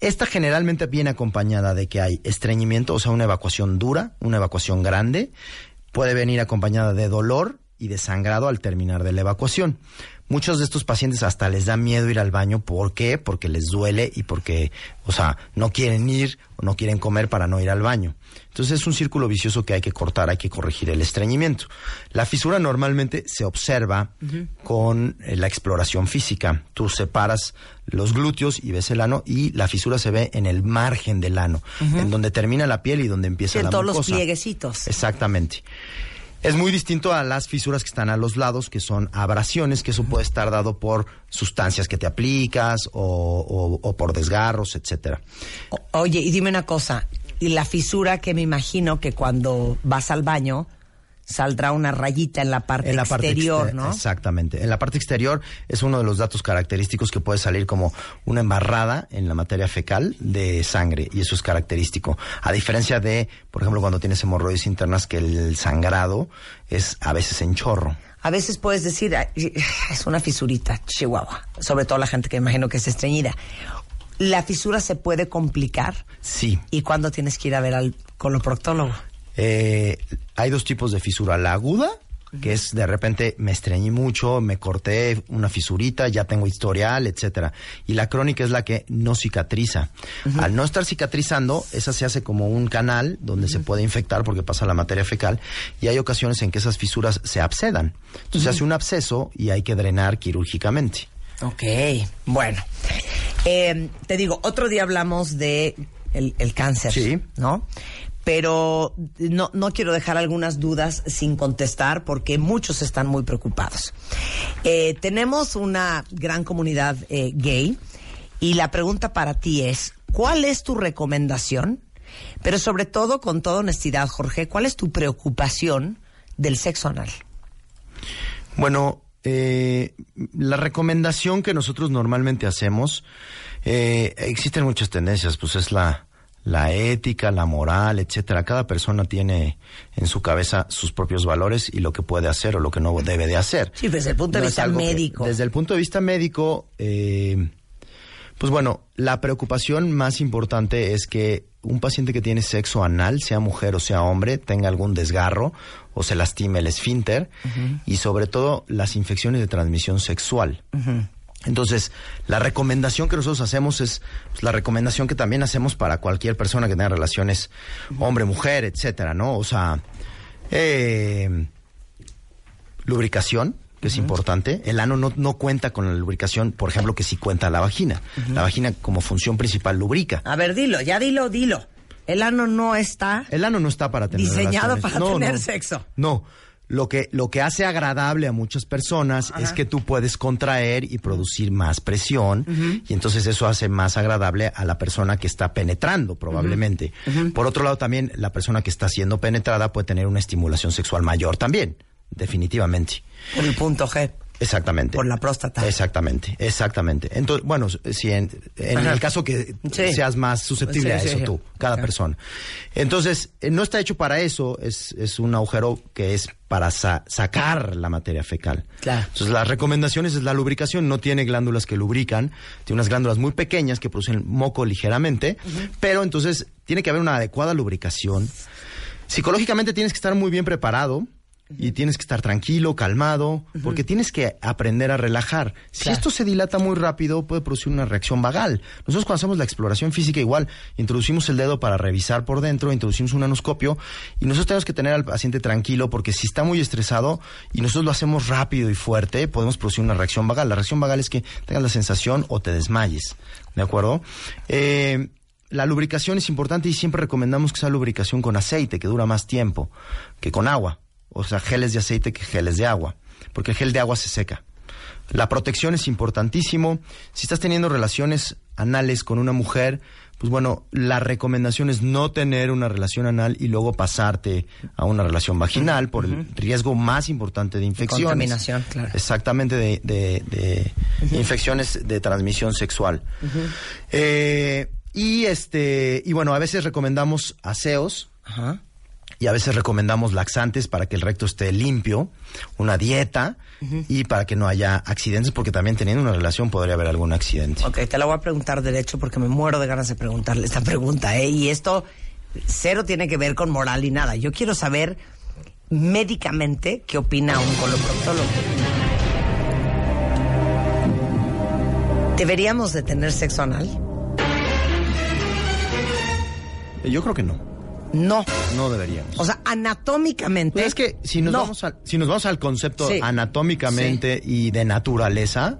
[SPEAKER 9] Esta generalmente viene acompañada de que hay estreñimiento, o sea, una evacuación dura, una evacuación grande. Puede venir acompañada de dolor y de sangrado al terminar de la evacuación. Muchos de estos pacientes hasta les da miedo ir al baño. ¿Por qué? Porque les duele y porque, o sea, no quieren ir o no quieren comer para no ir al baño. Entonces es un círculo vicioso que hay que cortar, hay que corregir el estreñimiento. La fisura normalmente se observa con eh, la exploración física. Tú separas los glúteos y ves el ano y la fisura se ve en el margen del ano, en donde termina la piel y donde empieza
[SPEAKER 5] Sí, en
[SPEAKER 9] la
[SPEAKER 5] todos los
[SPEAKER 9] mucosa.
[SPEAKER 5] plieguecitos.
[SPEAKER 9] Exactamente. Es muy distinto a las fisuras que están a los lados, que son abrasiones, que eso puede estar dado por sustancias que te aplicas o, o- o por desgarros, etcétera.
[SPEAKER 5] O- Oye, y dime una cosa, y la fisura que me imagino que cuando vas al baño saldrá una rayita en la parte exterior,
[SPEAKER 9] exter-
[SPEAKER 5] ¿no?
[SPEAKER 9] Exactamente. En la parte exterior es uno de los datos característicos que puede salir como una embarrada en la materia fecal de sangre y eso es característico. A diferencia de, por ejemplo, cuando tienes hemorroides internas que el sangrado es a veces en chorro.
[SPEAKER 5] A veces puedes decir, "Ay, es una fisurita, chihuahua, sobre todo la gente que imagino que es estreñida. La fisura se puede complicar
[SPEAKER 9] Sí,
[SPEAKER 5] y cuando tienes que ir a ver al coloproctólogo.
[SPEAKER 9] Eh, hay dos tipos de fisura. La aguda, que es de repente me estreñí mucho, me corté una fisurita, ya tengo historial, etcétera. Y la crónica es la que no cicatriza. Al no estar cicatrizando, esa se hace como un canal donde se puede infectar porque pasa la materia fecal y hay ocasiones en que esas fisuras se absedan. Entonces se hace un absceso y hay que drenar quirúrgicamente.
[SPEAKER 5] Ok, bueno. Eh, te digo, otro día hablamos de el, el cáncer,
[SPEAKER 9] Sí.
[SPEAKER 5] ¿no? Pero no, no quiero dejar algunas dudas sin contestar porque muchos están muy preocupados. Eh, tenemos una gran comunidad eh, gay y la pregunta para ti es, ¿cuál es tu recomendación? Pero sobre todo, con toda honestidad, Jorge, ¿cuál es tu preocupación del sexo anal?
[SPEAKER 9] Bueno, eh, la recomendación que nosotros normalmente hacemos, eh, existen muchas tendencias, pues es la, la ética, la moral, etcétera. Cada persona tiene en su cabeza sus propios valores y lo que puede hacer o lo que no debe de hacer.
[SPEAKER 5] Sí, desde el punto de
[SPEAKER 9] No es
[SPEAKER 5] vista
[SPEAKER 9] algo que-
[SPEAKER 5] médico.
[SPEAKER 9] desde el punto de vista médico, eh, Pues bueno, la preocupación más importante es que un paciente que tiene sexo anal, sea mujer o sea hombre, tenga algún desgarro o se lastime el esfínter y sobre todo las infecciones de transmisión sexual. Entonces, la recomendación que nosotros hacemos es pues, la recomendación que también hacemos para cualquier persona que tenga relaciones hombre-mujer, etcétera, ¿no? O sea, eh, lubricación, que es importante. El ano no, no cuenta con la lubricación, por ejemplo, que sí cuenta la vagina. La vagina como función principal lubrica.
[SPEAKER 5] A ver, dilo, ya dilo, dilo. El ano no está.
[SPEAKER 9] El ano no está para tener
[SPEAKER 5] Diseñado
[SPEAKER 9] relaciones.
[SPEAKER 5] para tener sexo.
[SPEAKER 9] No. Lo que, lo que hace agradable a muchas personas es que tú puedes contraer y producir más presión y entonces eso hace más agradable a la persona que está penetrando probablemente. Por otro lado también la persona que está siendo penetrada puede tener una estimulación sexual mayor también, definitivamente.
[SPEAKER 5] Por el punto G.
[SPEAKER 9] Exactamente.
[SPEAKER 5] Por la próstata.
[SPEAKER 9] Exactamente, exactamente. Entonces, bueno, si en, en
[SPEAKER 5] Ajá.
[SPEAKER 9] el caso que
[SPEAKER 5] Sí.
[SPEAKER 9] seas más susceptible
[SPEAKER 5] Sí,
[SPEAKER 9] a
[SPEAKER 5] sí,
[SPEAKER 9] eso
[SPEAKER 5] sí.
[SPEAKER 9] tú, cada
[SPEAKER 5] Ajá.
[SPEAKER 9] persona. Entonces, eh, no está hecho para eso, es, es un agujero que es para sa- sacar la materia fecal.
[SPEAKER 5] Claro.
[SPEAKER 9] Entonces, las recomendaciones es la lubricación, no tiene glándulas que lubrican, tiene unas glándulas muy pequeñas que producen moco ligeramente, pero entonces tiene que haber una adecuada lubricación psicológicamente tienes que estar muy bien preparado y tienes que estar tranquilo, calmado, porque tienes que aprender a relajar. Si esto se dilata muy rápido, puede producir una reacción vagal. Nosotros cuando hacemos la exploración física igual, introducimos el dedo para revisar por dentro, introducimos un anoscopio y nosotros tenemos que tener al paciente tranquilo porque si está muy estresado y nosotros lo hacemos rápido y fuerte, podemos producir una reacción vagal. La reacción vagal es que tengas la sensación o te desmayes, ¿de acuerdo? Eh, la lubricación es importante y siempre recomendamos que sea lubricación con aceite, que dura más tiempo, que con agua. O sea, geles de aceite que geles de agua, porque el gel de agua se seca. La protección es importantísimo. Si estás teniendo relaciones anales con una mujer, pues bueno, la recomendación es no tener una relación anal y luego pasarte a una relación vaginal por el riesgo más importante de infecciones.
[SPEAKER 5] contaminación, claro.
[SPEAKER 9] Exactamente, de, de- de infecciones de transmisión sexual. Eh, y este, y bueno, a veces recomendamos aseos
[SPEAKER 5] Ajá.
[SPEAKER 9] y a veces recomendamos laxantes para que el recto esté limpio, una dieta y para que no haya accidentes, porque también teniendo una relación podría haber algún accidente.
[SPEAKER 5] Ok, te la voy a preguntar derecho porque me muero de ganas de preguntarle esta pregunta, ¿eh? Y esto cero tiene que ver con moral y nada. Yo quiero saber médicamente qué opina un coloproctólogo. ¿Deberíamos de tener sexo anal?
[SPEAKER 9] Eh, Yo creo que no,
[SPEAKER 5] No.
[SPEAKER 9] no deberíamos.
[SPEAKER 5] O sea, anatómicamente.
[SPEAKER 9] Pues es que si nos,
[SPEAKER 5] no.
[SPEAKER 9] vamos, al, si nos vamos al concepto
[SPEAKER 5] Sí.
[SPEAKER 9] anatómicamente y de naturaleza,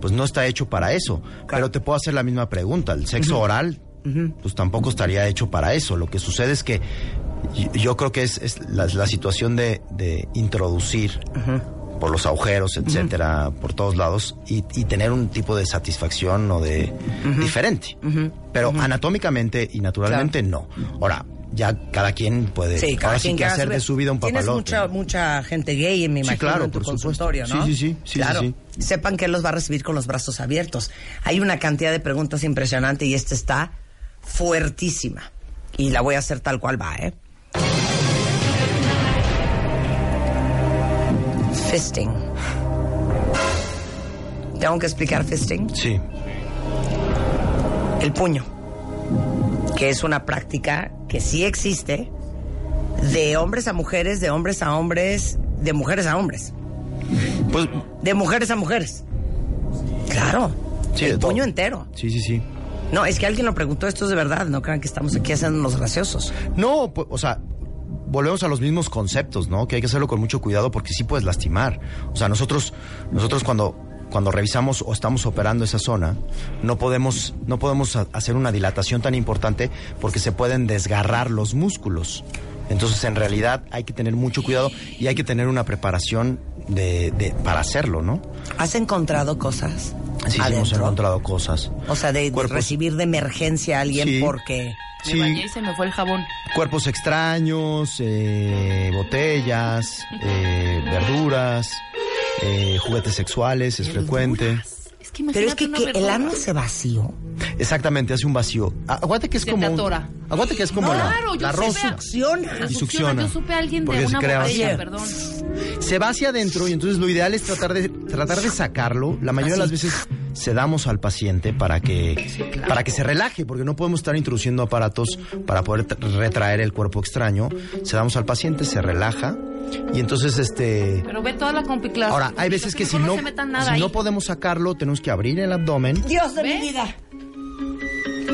[SPEAKER 9] pues no está hecho para eso. Pero te puedo hacer la misma pregunta. El sexo oral, pues tampoco estaría hecho para eso. Lo que sucede es que yo, yo creo que es, es la, la situación de, de introducir por los agujeros, etcétera, por todos lados, y, y tener un tipo de satisfacción o de diferente. Pero anatómicamente y naturalmente no. Ahora, ya cada quien puede
[SPEAKER 5] Sí, cada
[SPEAKER 9] ahora sí
[SPEAKER 5] quien
[SPEAKER 9] que
[SPEAKER 5] haga
[SPEAKER 9] hacer
[SPEAKER 5] su-
[SPEAKER 9] de su vida un
[SPEAKER 5] Tienes
[SPEAKER 9] papalote.
[SPEAKER 5] mucha, mucha gente gay, me
[SPEAKER 9] Sí,
[SPEAKER 5] imagino,
[SPEAKER 9] claro,
[SPEAKER 5] en tu
[SPEAKER 9] por supuesto.
[SPEAKER 5] consultorio, ¿no?
[SPEAKER 9] Sí, sí, sí, sí, sí,
[SPEAKER 5] Claro.
[SPEAKER 9] sí.
[SPEAKER 5] Sepan que él los va a recibir con los brazos abiertos. Hay una cantidad de preguntas impresionante y esta está fuertísima. Y la voy a hacer tal cual va, ¿eh? Fisting. Tengo que explicar fisting.
[SPEAKER 9] Sí,
[SPEAKER 5] El puño, que es una práctica que sí existe de hombres a mujeres, de hombres a hombres, de mujeres a hombres,
[SPEAKER 9] pues
[SPEAKER 5] de mujeres a mujeres. Claro,
[SPEAKER 9] Sí,
[SPEAKER 5] el
[SPEAKER 9] de todo.
[SPEAKER 5] puño entero.
[SPEAKER 9] sí, sí, sí.
[SPEAKER 5] No, es que alguien lo preguntó, esto es de verdad, no crean que estamos aquí haciéndonos graciosos.
[SPEAKER 9] No, pu- o sea, volvemos a los mismos conceptos, ¿no? Que hay que hacerlo con mucho cuidado porque sí puedes lastimar. O sea, nosotros, nosotros cuando cuando revisamos o estamos operando esa zona, no podemos no podemos ha- hacer una dilatación tan importante porque se pueden desgarrar los músculos. Entonces, en realidad hay que tener mucho cuidado y hay que tener una preparación de, de- para hacerlo, ¿no?
[SPEAKER 5] ¿Has encontrado cosas?
[SPEAKER 9] Sí, sí, hemos
[SPEAKER 5] adentro?
[SPEAKER 9] encontrado cosas.
[SPEAKER 5] O sea, de
[SPEAKER 9] Cuerpos-
[SPEAKER 5] recibir de emergencia a alguien
[SPEAKER 9] Sí.
[SPEAKER 5] porque...
[SPEAKER 7] Me
[SPEAKER 9] Sí.
[SPEAKER 7] bañé y se me fue el jabón.
[SPEAKER 9] cuerpos extraños, eh, botellas, eh, verduras, eh, juguetes sexuales, es frecuente.
[SPEAKER 7] Es que
[SPEAKER 5] Pero es que,
[SPEAKER 7] imagínate
[SPEAKER 5] que
[SPEAKER 7] una
[SPEAKER 5] el
[SPEAKER 7] verdura. Ah,
[SPEAKER 5] ano se vació.
[SPEAKER 9] Exactamente, hace un vacío. Ah, Aguante que es
[SPEAKER 7] Se
[SPEAKER 9] como.
[SPEAKER 7] te
[SPEAKER 9] un-
[SPEAKER 7] atora.
[SPEAKER 9] Aguante que es como la,
[SPEAKER 7] Claro, yo
[SPEAKER 9] la
[SPEAKER 7] sé,
[SPEAKER 9] rosa.
[SPEAKER 7] vea.
[SPEAKER 5] Succiona.
[SPEAKER 9] y succiona.
[SPEAKER 7] Yo supe a alguien
[SPEAKER 9] Porque
[SPEAKER 7] de
[SPEAKER 9] se
[SPEAKER 7] una
[SPEAKER 9] crea
[SPEAKER 7] botella,
[SPEAKER 9] vacío.
[SPEAKER 7] perdón.
[SPEAKER 9] Se va hacia adentro y entonces lo ideal es tratar de tratar de sacarlo. La mayoría de las veces sedamos al paciente para que, para que se relaje, porque no podemos estar introduciendo aparatos para poder tra- retraer el cuerpo extraño. Sedamos al paciente, se relaja y entonces este...
[SPEAKER 7] Pero ve toda la complicación.
[SPEAKER 9] Ahora, hay veces que si
[SPEAKER 7] no
[SPEAKER 9] no,
[SPEAKER 7] se metan nada
[SPEAKER 9] si
[SPEAKER 7] ahí.
[SPEAKER 9] no podemos sacarlo, tenemos que abrir el abdomen.
[SPEAKER 5] Dios de mi
[SPEAKER 7] ¿Ves?
[SPEAKER 5] vida.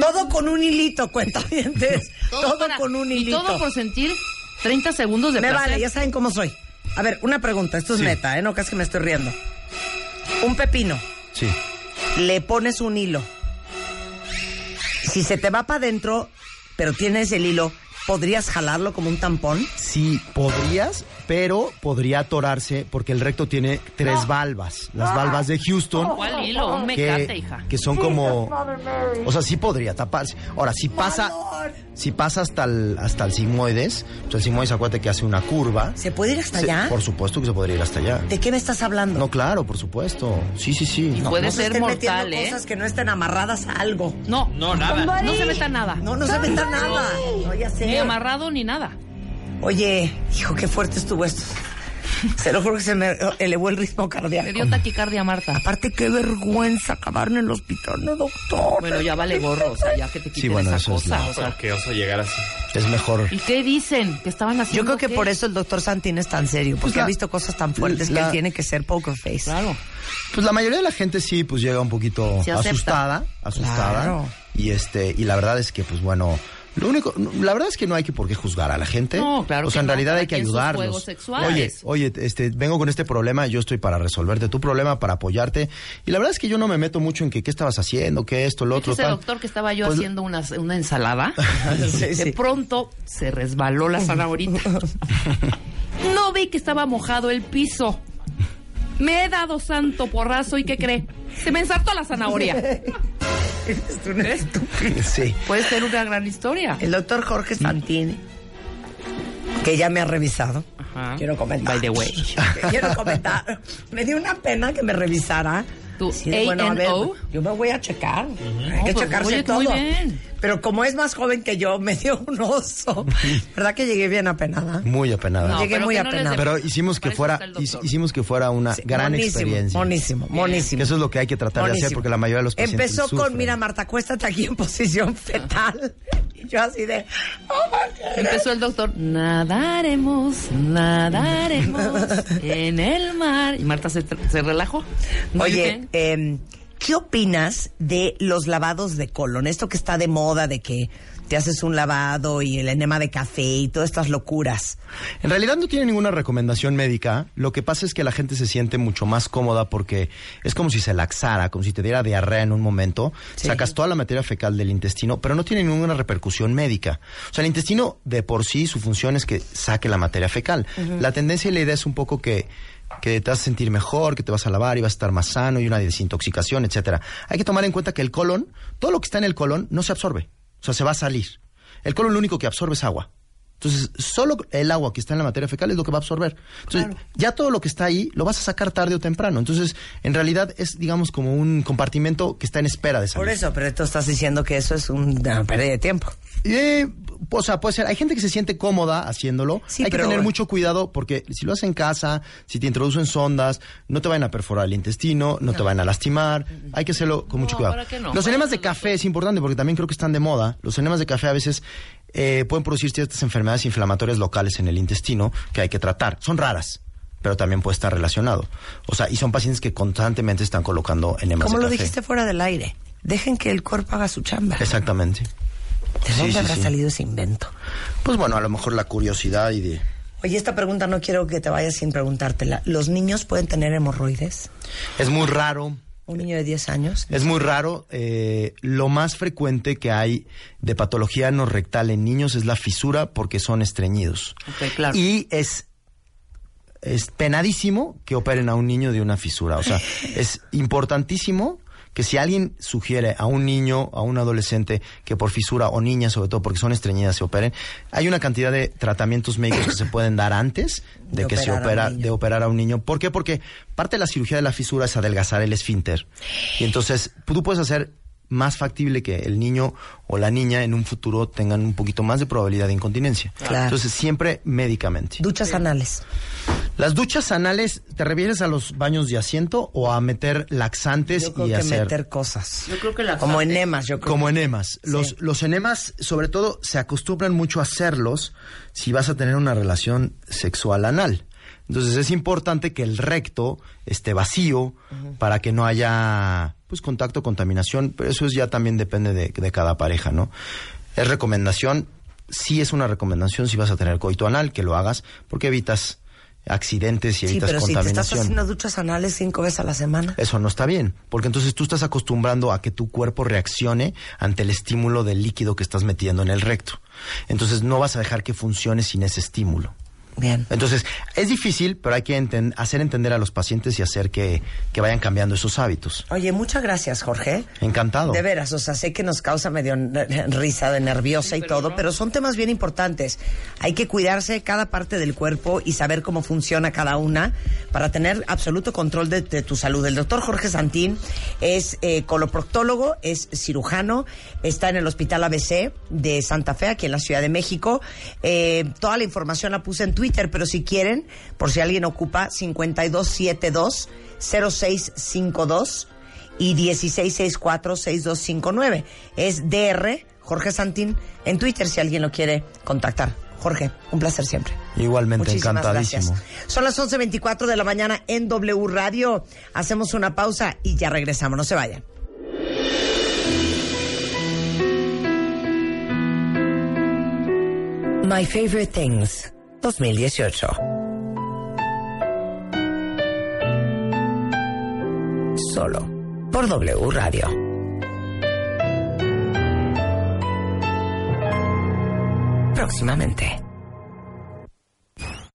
[SPEAKER 5] Todo con un hilito, cuentavientes. todo
[SPEAKER 7] para-
[SPEAKER 5] con un
[SPEAKER 7] y
[SPEAKER 5] hilito.
[SPEAKER 7] todo por sentir 30 segundos de
[SPEAKER 5] Me
[SPEAKER 7] placer.
[SPEAKER 5] vale, ya saben cómo soy. A ver, una pregunta, esto es neta, ¿eh? No creas que me estoy riendo. Un pepino,
[SPEAKER 9] Sí.
[SPEAKER 5] le pones un hilo. Si se te va para adentro, pero tienes el hilo, ¿podrías jalarlo como un tampón?
[SPEAKER 9] Sí, podrías, pero podría atorarse porque el recto tiene tres valvas. Las valvas de Houston.
[SPEAKER 7] ¿Cuál hilo? Un mecate,
[SPEAKER 9] que,
[SPEAKER 7] hija.
[SPEAKER 9] que son como... O sea, sí podría taparse. Ahora, si pasa, si pasa hasta el, hasta el sigmoides, pues el sigmoides acuérdate que hace una curva.
[SPEAKER 5] ¿Se puede ir hasta
[SPEAKER 9] Se-
[SPEAKER 5] allá?
[SPEAKER 9] Por supuesto que se podría ir hasta allá.
[SPEAKER 5] ¿De qué me estás hablando?
[SPEAKER 9] No, claro, por supuesto. Sí, sí, sí.
[SPEAKER 7] puede
[SPEAKER 5] No se
[SPEAKER 7] ser
[SPEAKER 5] estén metiendo
[SPEAKER 7] mortal, ¿eh?
[SPEAKER 5] cosas que no estén amarradas a algo.
[SPEAKER 7] No,
[SPEAKER 3] No, nada.
[SPEAKER 7] no se meta nada.
[SPEAKER 5] No, no se meta nada. No, ya sé.
[SPEAKER 7] Ni amarrado ni nada.
[SPEAKER 5] Oye, hijo, qué fuerte estuvo esto. Se lo juro que se me elevó el ritmo cardíaco.
[SPEAKER 7] Le dio taquicardia a Marta.
[SPEAKER 5] Aparte, qué vergüenza acabar en el hospital, no, doctor.
[SPEAKER 7] Bueno, ya vale gorro, o sea, ya que te quiten
[SPEAKER 9] bueno,
[SPEAKER 7] esa
[SPEAKER 9] eso es
[SPEAKER 7] cosa.
[SPEAKER 9] la-
[SPEAKER 7] o sea.
[SPEAKER 3] Qué oso llegar así.
[SPEAKER 9] Es mejor.
[SPEAKER 7] ¿Y qué dicen? ¿Que estaban haciendo
[SPEAKER 5] Yo creo que
[SPEAKER 7] qué?
[SPEAKER 5] por eso el doctor Santín es tan serio, porque
[SPEAKER 9] Pues la-
[SPEAKER 5] ha visto cosas tan fuertes que
[SPEAKER 9] la-
[SPEAKER 5] él tiene que ser poker face.
[SPEAKER 7] Claro.
[SPEAKER 9] Pues la mayoría de la gente sí, pues llega un poquito
[SPEAKER 7] Se acepta.
[SPEAKER 9] asustada, asustada.
[SPEAKER 5] Claro.
[SPEAKER 9] Y este, y la verdad es que, pues bueno, lo único, no, la verdad es que no hay que por qué juzgar a la gente.
[SPEAKER 7] No, claro
[SPEAKER 9] O
[SPEAKER 7] que
[SPEAKER 9] sea, en
[SPEAKER 7] no,
[SPEAKER 9] realidad
[SPEAKER 7] cada
[SPEAKER 9] hay que
[SPEAKER 7] quien sus
[SPEAKER 9] ayudarlos.
[SPEAKER 7] juegos sexuales.
[SPEAKER 9] Oye, oye, este, vengo con este problema, yo estoy para resolverte tu problema, para apoyarte. Y la verdad es que yo no me meto mucho en que qué estabas haciendo, qué esto, lo otro.
[SPEAKER 7] Ese
[SPEAKER 9] tal.
[SPEAKER 7] doctor que estaba yo
[SPEAKER 9] Pues-
[SPEAKER 7] haciendo una, una ensalada,
[SPEAKER 5] Sí,
[SPEAKER 7] de
[SPEAKER 5] sí.
[SPEAKER 7] pronto se resbaló la zanahorita. No vi que estaba mojado el piso. Me he dado santo porrazo y ¿qué cree? Se me ensartó la zanahoria.
[SPEAKER 5] Eres un estúpido.
[SPEAKER 9] Sí.
[SPEAKER 7] Puede ser una gran historia.
[SPEAKER 5] El doctor Jorge Santín, que ya me ha revisado,
[SPEAKER 7] Ajá.
[SPEAKER 5] quiero comentar.
[SPEAKER 7] By the way.
[SPEAKER 5] Que quiero comentar. Me dio una pena que me revisara.
[SPEAKER 7] Tu
[SPEAKER 5] de, a ver,
[SPEAKER 7] A&O.
[SPEAKER 5] yo me voy a checar. Hay
[SPEAKER 7] No,
[SPEAKER 5] que
[SPEAKER 7] pues,
[SPEAKER 5] checarse
[SPEAKER 7] oye,
[SPEAKER 5] todo.
[SPEAKER 7] muy bien.
[SPEAKER 5] Pero como es más joven que yo, me dio un oso. ¿Verdad que llegué bien apenada?
[SPEAKER 9] Muy apenada.
[SPEAKER 7] No,
[SPEAKER 5] Llegué
[SPEAKER 7] pero
[SPEAKER 5] muy
[SPEAKER 7] que no les
[SPEAKER 5] apenada.
[SPEAKER 7] dé-
[SPEAKER 9] Pero hicimos que
[SPEAKER 7] Para eso
[SPEAKER 9] fuera,
[SPEAKER 7] está el
[SPEAKER 9] hic-
[SPEAKER 7] doctor.
[SPEAKER 9] hicimos que fuera una
[SPEAKER 5] Sí,
[SPEAKER 9] gran
[SPEAKER 5] monísimo,
[SPEAKER 9] experiencia.
[SPEAKER 5] Monísimo, monísimo.
[SPEAKER 9] Que eso es lo que hay que tratar de hacer
[SPEAKER 5] Monísimo.
[SPEAKER 9] porque la mayoría de los pacientes
[SPEAKER 5] Empezó
[SPEAKER 9] sufren.
[SPEAKER 5] con, mira, Marta, acuéstate aquí en posición fetal. Y yo así de, oh, my God.
[SPEAKER 7] Empezó el doctor, nadaremos, nadaremos en el mar. Y Marta se, tr- se relajó. Muy
[SPEAKER 5] Oye,
[SPEAKER 7] bien.
[SPEAKER 5] em, ¿qué opinas de los lavados de colon? Esto que está de moda, de que te haces un lavado y el enema de café y todas estas locuras.
[SPEAKER 9] En realidad no tiene ninguna recomendación médica. Lo que pasa es que la gente se siente mucho más cómoda porque es como si se laxara, como si te diera diarrea en un momento. Sacas toda la materia fecal del intestino, pero no tiene ninguna repercusión médica. O sea, el intestino de por sí su función es que saque la materia fecal. La tendencia y la idea es un poco que que te vas a sentir mejor, que te vas a lavar y vas a estar más sano y una desintoxicación, etcétera. Hay que tomar en cuenta que el colon, todo lo que está en el colon no se absorbe, o sea, se va a salir. El colon lo único que absorbe es agua. Entonces, solo el agua que está en la materia fecal es lo que va a absorber. Entonces, ya todo lo que está ahí lo vas a sacar tarde o temprano. Entonces, en realidad es, digamos, como un compartimento que está en espera de salir.
[SPEAKER 5] Por eso, pero tú estás diciendo que eso es una pérdida de tiempo.
[SPEAKER 9] Eh, o sea, puede ser. Hay gente que se siente cómoda haciéndolo.
[SPEAKER 5] Sí,
[SPEAKER 9] Hay
[SPEAKER 5] pero-
[SPEAKER 9] que tener mucho cuidado porque si lo haces en casa, si te introducen sondas, no te van a perforar el intestino, no, te van a lastimar. Hay que hacerlo con mucho
[SPEAKER 7] No,
[SPEAKER 9] cuidado.
[SPEAKER 7] ¿para qué no?
[SPEAKER 9] Los
[SPEAKER 7] Para
[SPEAKER 9] enemas
[SPEAKER 7] eso
[SPEAKER 9] de café es importante porque también creo que están de moda. Los enemas de café a veces eh, pueden producir ciertas enfermedades inflamatorias locales en el intestino que hay que tratar. Son raras. Pero también puede estar relacionado. O sea, y son pacientes que constantemente están colocando enemas
[SPEAKER 5] Como
[SPEAKER 9] de
[SPEAKER 5] lo
[SPEAKER 9] café.
[SPEAKER 5] dijiste fuera del aire. Dejen que el cuerpo haga su chamba.
[SPEAKER 9] Exactamente.
[SPEAKER 5] ¿De
[SPEAKER 9] Sí,
[SPEAKER 5] dónde
[SPEAKER 9] sí,
[SPEAKER 5] habrá
[SPEAKER 9] sí.
[SPEAKER 5] salido ese invento?
[SPEAKER 9] Pues bueno, a lo mejor la curiosidad y de...
[SPEAKER 5] Oye, esta pregunta no quiero que te vayas sin preguntártela. ¿Los niños pueden tener hemorroides?
[SPEAKER 9] Es muy raro.
[SPEAKER 5] Un niño de 10 años.
[SPEAKER 9] Es muy raro. eh, lo más frecuente que hay de patología anorrectal en niños es la fisura porque son estreñidos.
[SPEAKER 7] Ok, claro.
[SPEAKER 9] Y es, es penadísimo que operen a un niño de una fisura. O sea, es importantísimo que si alguien sugiere a un niño, a un adolescente, que por fisura o niña, sobre todo porque son estreñidas, se operen, hay una cantidad de tratamientos médicos que se pueden dar antes de,
[SPEAKER 5] De
[SPEAKER 9] que se
[SPEAKER 5] operar a un
[SPEAKER 9] opera,
[SPEAKER 5] niño.
[SPEAKER 9] de de operar a un niño. ¿Por qué? Porque parte de la cirugía de la fisura es adelgazar el esfínter. Y entonces tú puedes hacer más factible que el niño o la niña en un futuro tengan un poquito más de probabilidad de incontinencia.
[SPEAKER 5] Claro.
[SPEAKER 9] Entonces, siempre médicamente.
[SPEAKER 5] Duchas anales.
[SPEAKER 9] ¿Las duchas anales te refieres a los baños de asiento o a meter laxantes
[SPEAKER 5] Yo creo
[SPEAKER 9] y
[SPEAKER 5] que
[SPEAKER 9] hacer
[SPEAKER 5] meter cosas.
[SPEAKER 7] Yo creo que la
[SPEAKER 5] Como enemas, yo creo.
[SPEAKER 9] como enemas? Los, los enemas, sobre todo, se acostumbran mucho a hacerlos si vas a tener una relación sexual anal. Entonces es importante que el recto esté vacío para que no haya pues contacto, contaminación, pero eso es ya también depende de, de cada pareja, ¿no? Es recomendación, sí es una recomendación si vas a tener coito anal, que lo hagas, porque evitas accidentes
[SPEAKER 5] Sí,
[SPEAKER 9] y evitas
[SPEAKER 5] pero si te
[SPEAKER 9] contaminación. Eh,
[SPEAKER 5] estás haciendo duchas anales cinco veces a la semana.
[SPEAKER 9] Eso no está bien, porque entonces tú estás acostumbrando a que tu cuerpo reaccione ante el estímulo del líquido que estás metiendo en el recto. Entonces no vas a dejar que funcione sin ese estímulo.
[SPEAKER 5] Bien.
[SPEAKER 9] Entonces es difícil, pero hay que enten- hacer entender a los pacientes y hacer que, que vayan cambiando esos hábitos.
[SPEAKER 5] Oye, muchas gracias, Jorge.
[SPEAKER 9] Encantado.
[SPEAKER 5] De veras, o sea, sé que nos causa medio n- risa de nerviosa y todo, pero son temas bien importantes. Hay que cuidarse de cada parte del cuerpo y saber cómo funciona cada una para tener absoluto control de, de tu salud. El doctor Jorge Santín es eh, coloproctólogo, es cirujano, está en el Hospital ABC de Santa Fe, aquí en la Ciudad de México. Eh, toda la información la puse en Twitter, pero si quieren, por si alguien ocupa, 5272 0652 y 1664-6259. Es DR Jorge Santín en Twitter si alguien lo quiere contactar. Jorge, un placer siempre.
[SPEAKER 9] Igualmente,
[SPEAKER 5] Muchísimas
[SPEAKER 9] encantadísimo.
[SPEAKER 5] gracias. Son las 11.24 de la mañana en W Radio. Hacemos una pausa y ya regresamos. No se vayan.
[SPEAKER 1] My Favorite Things 2018. Solo por W Radio. Próximamente.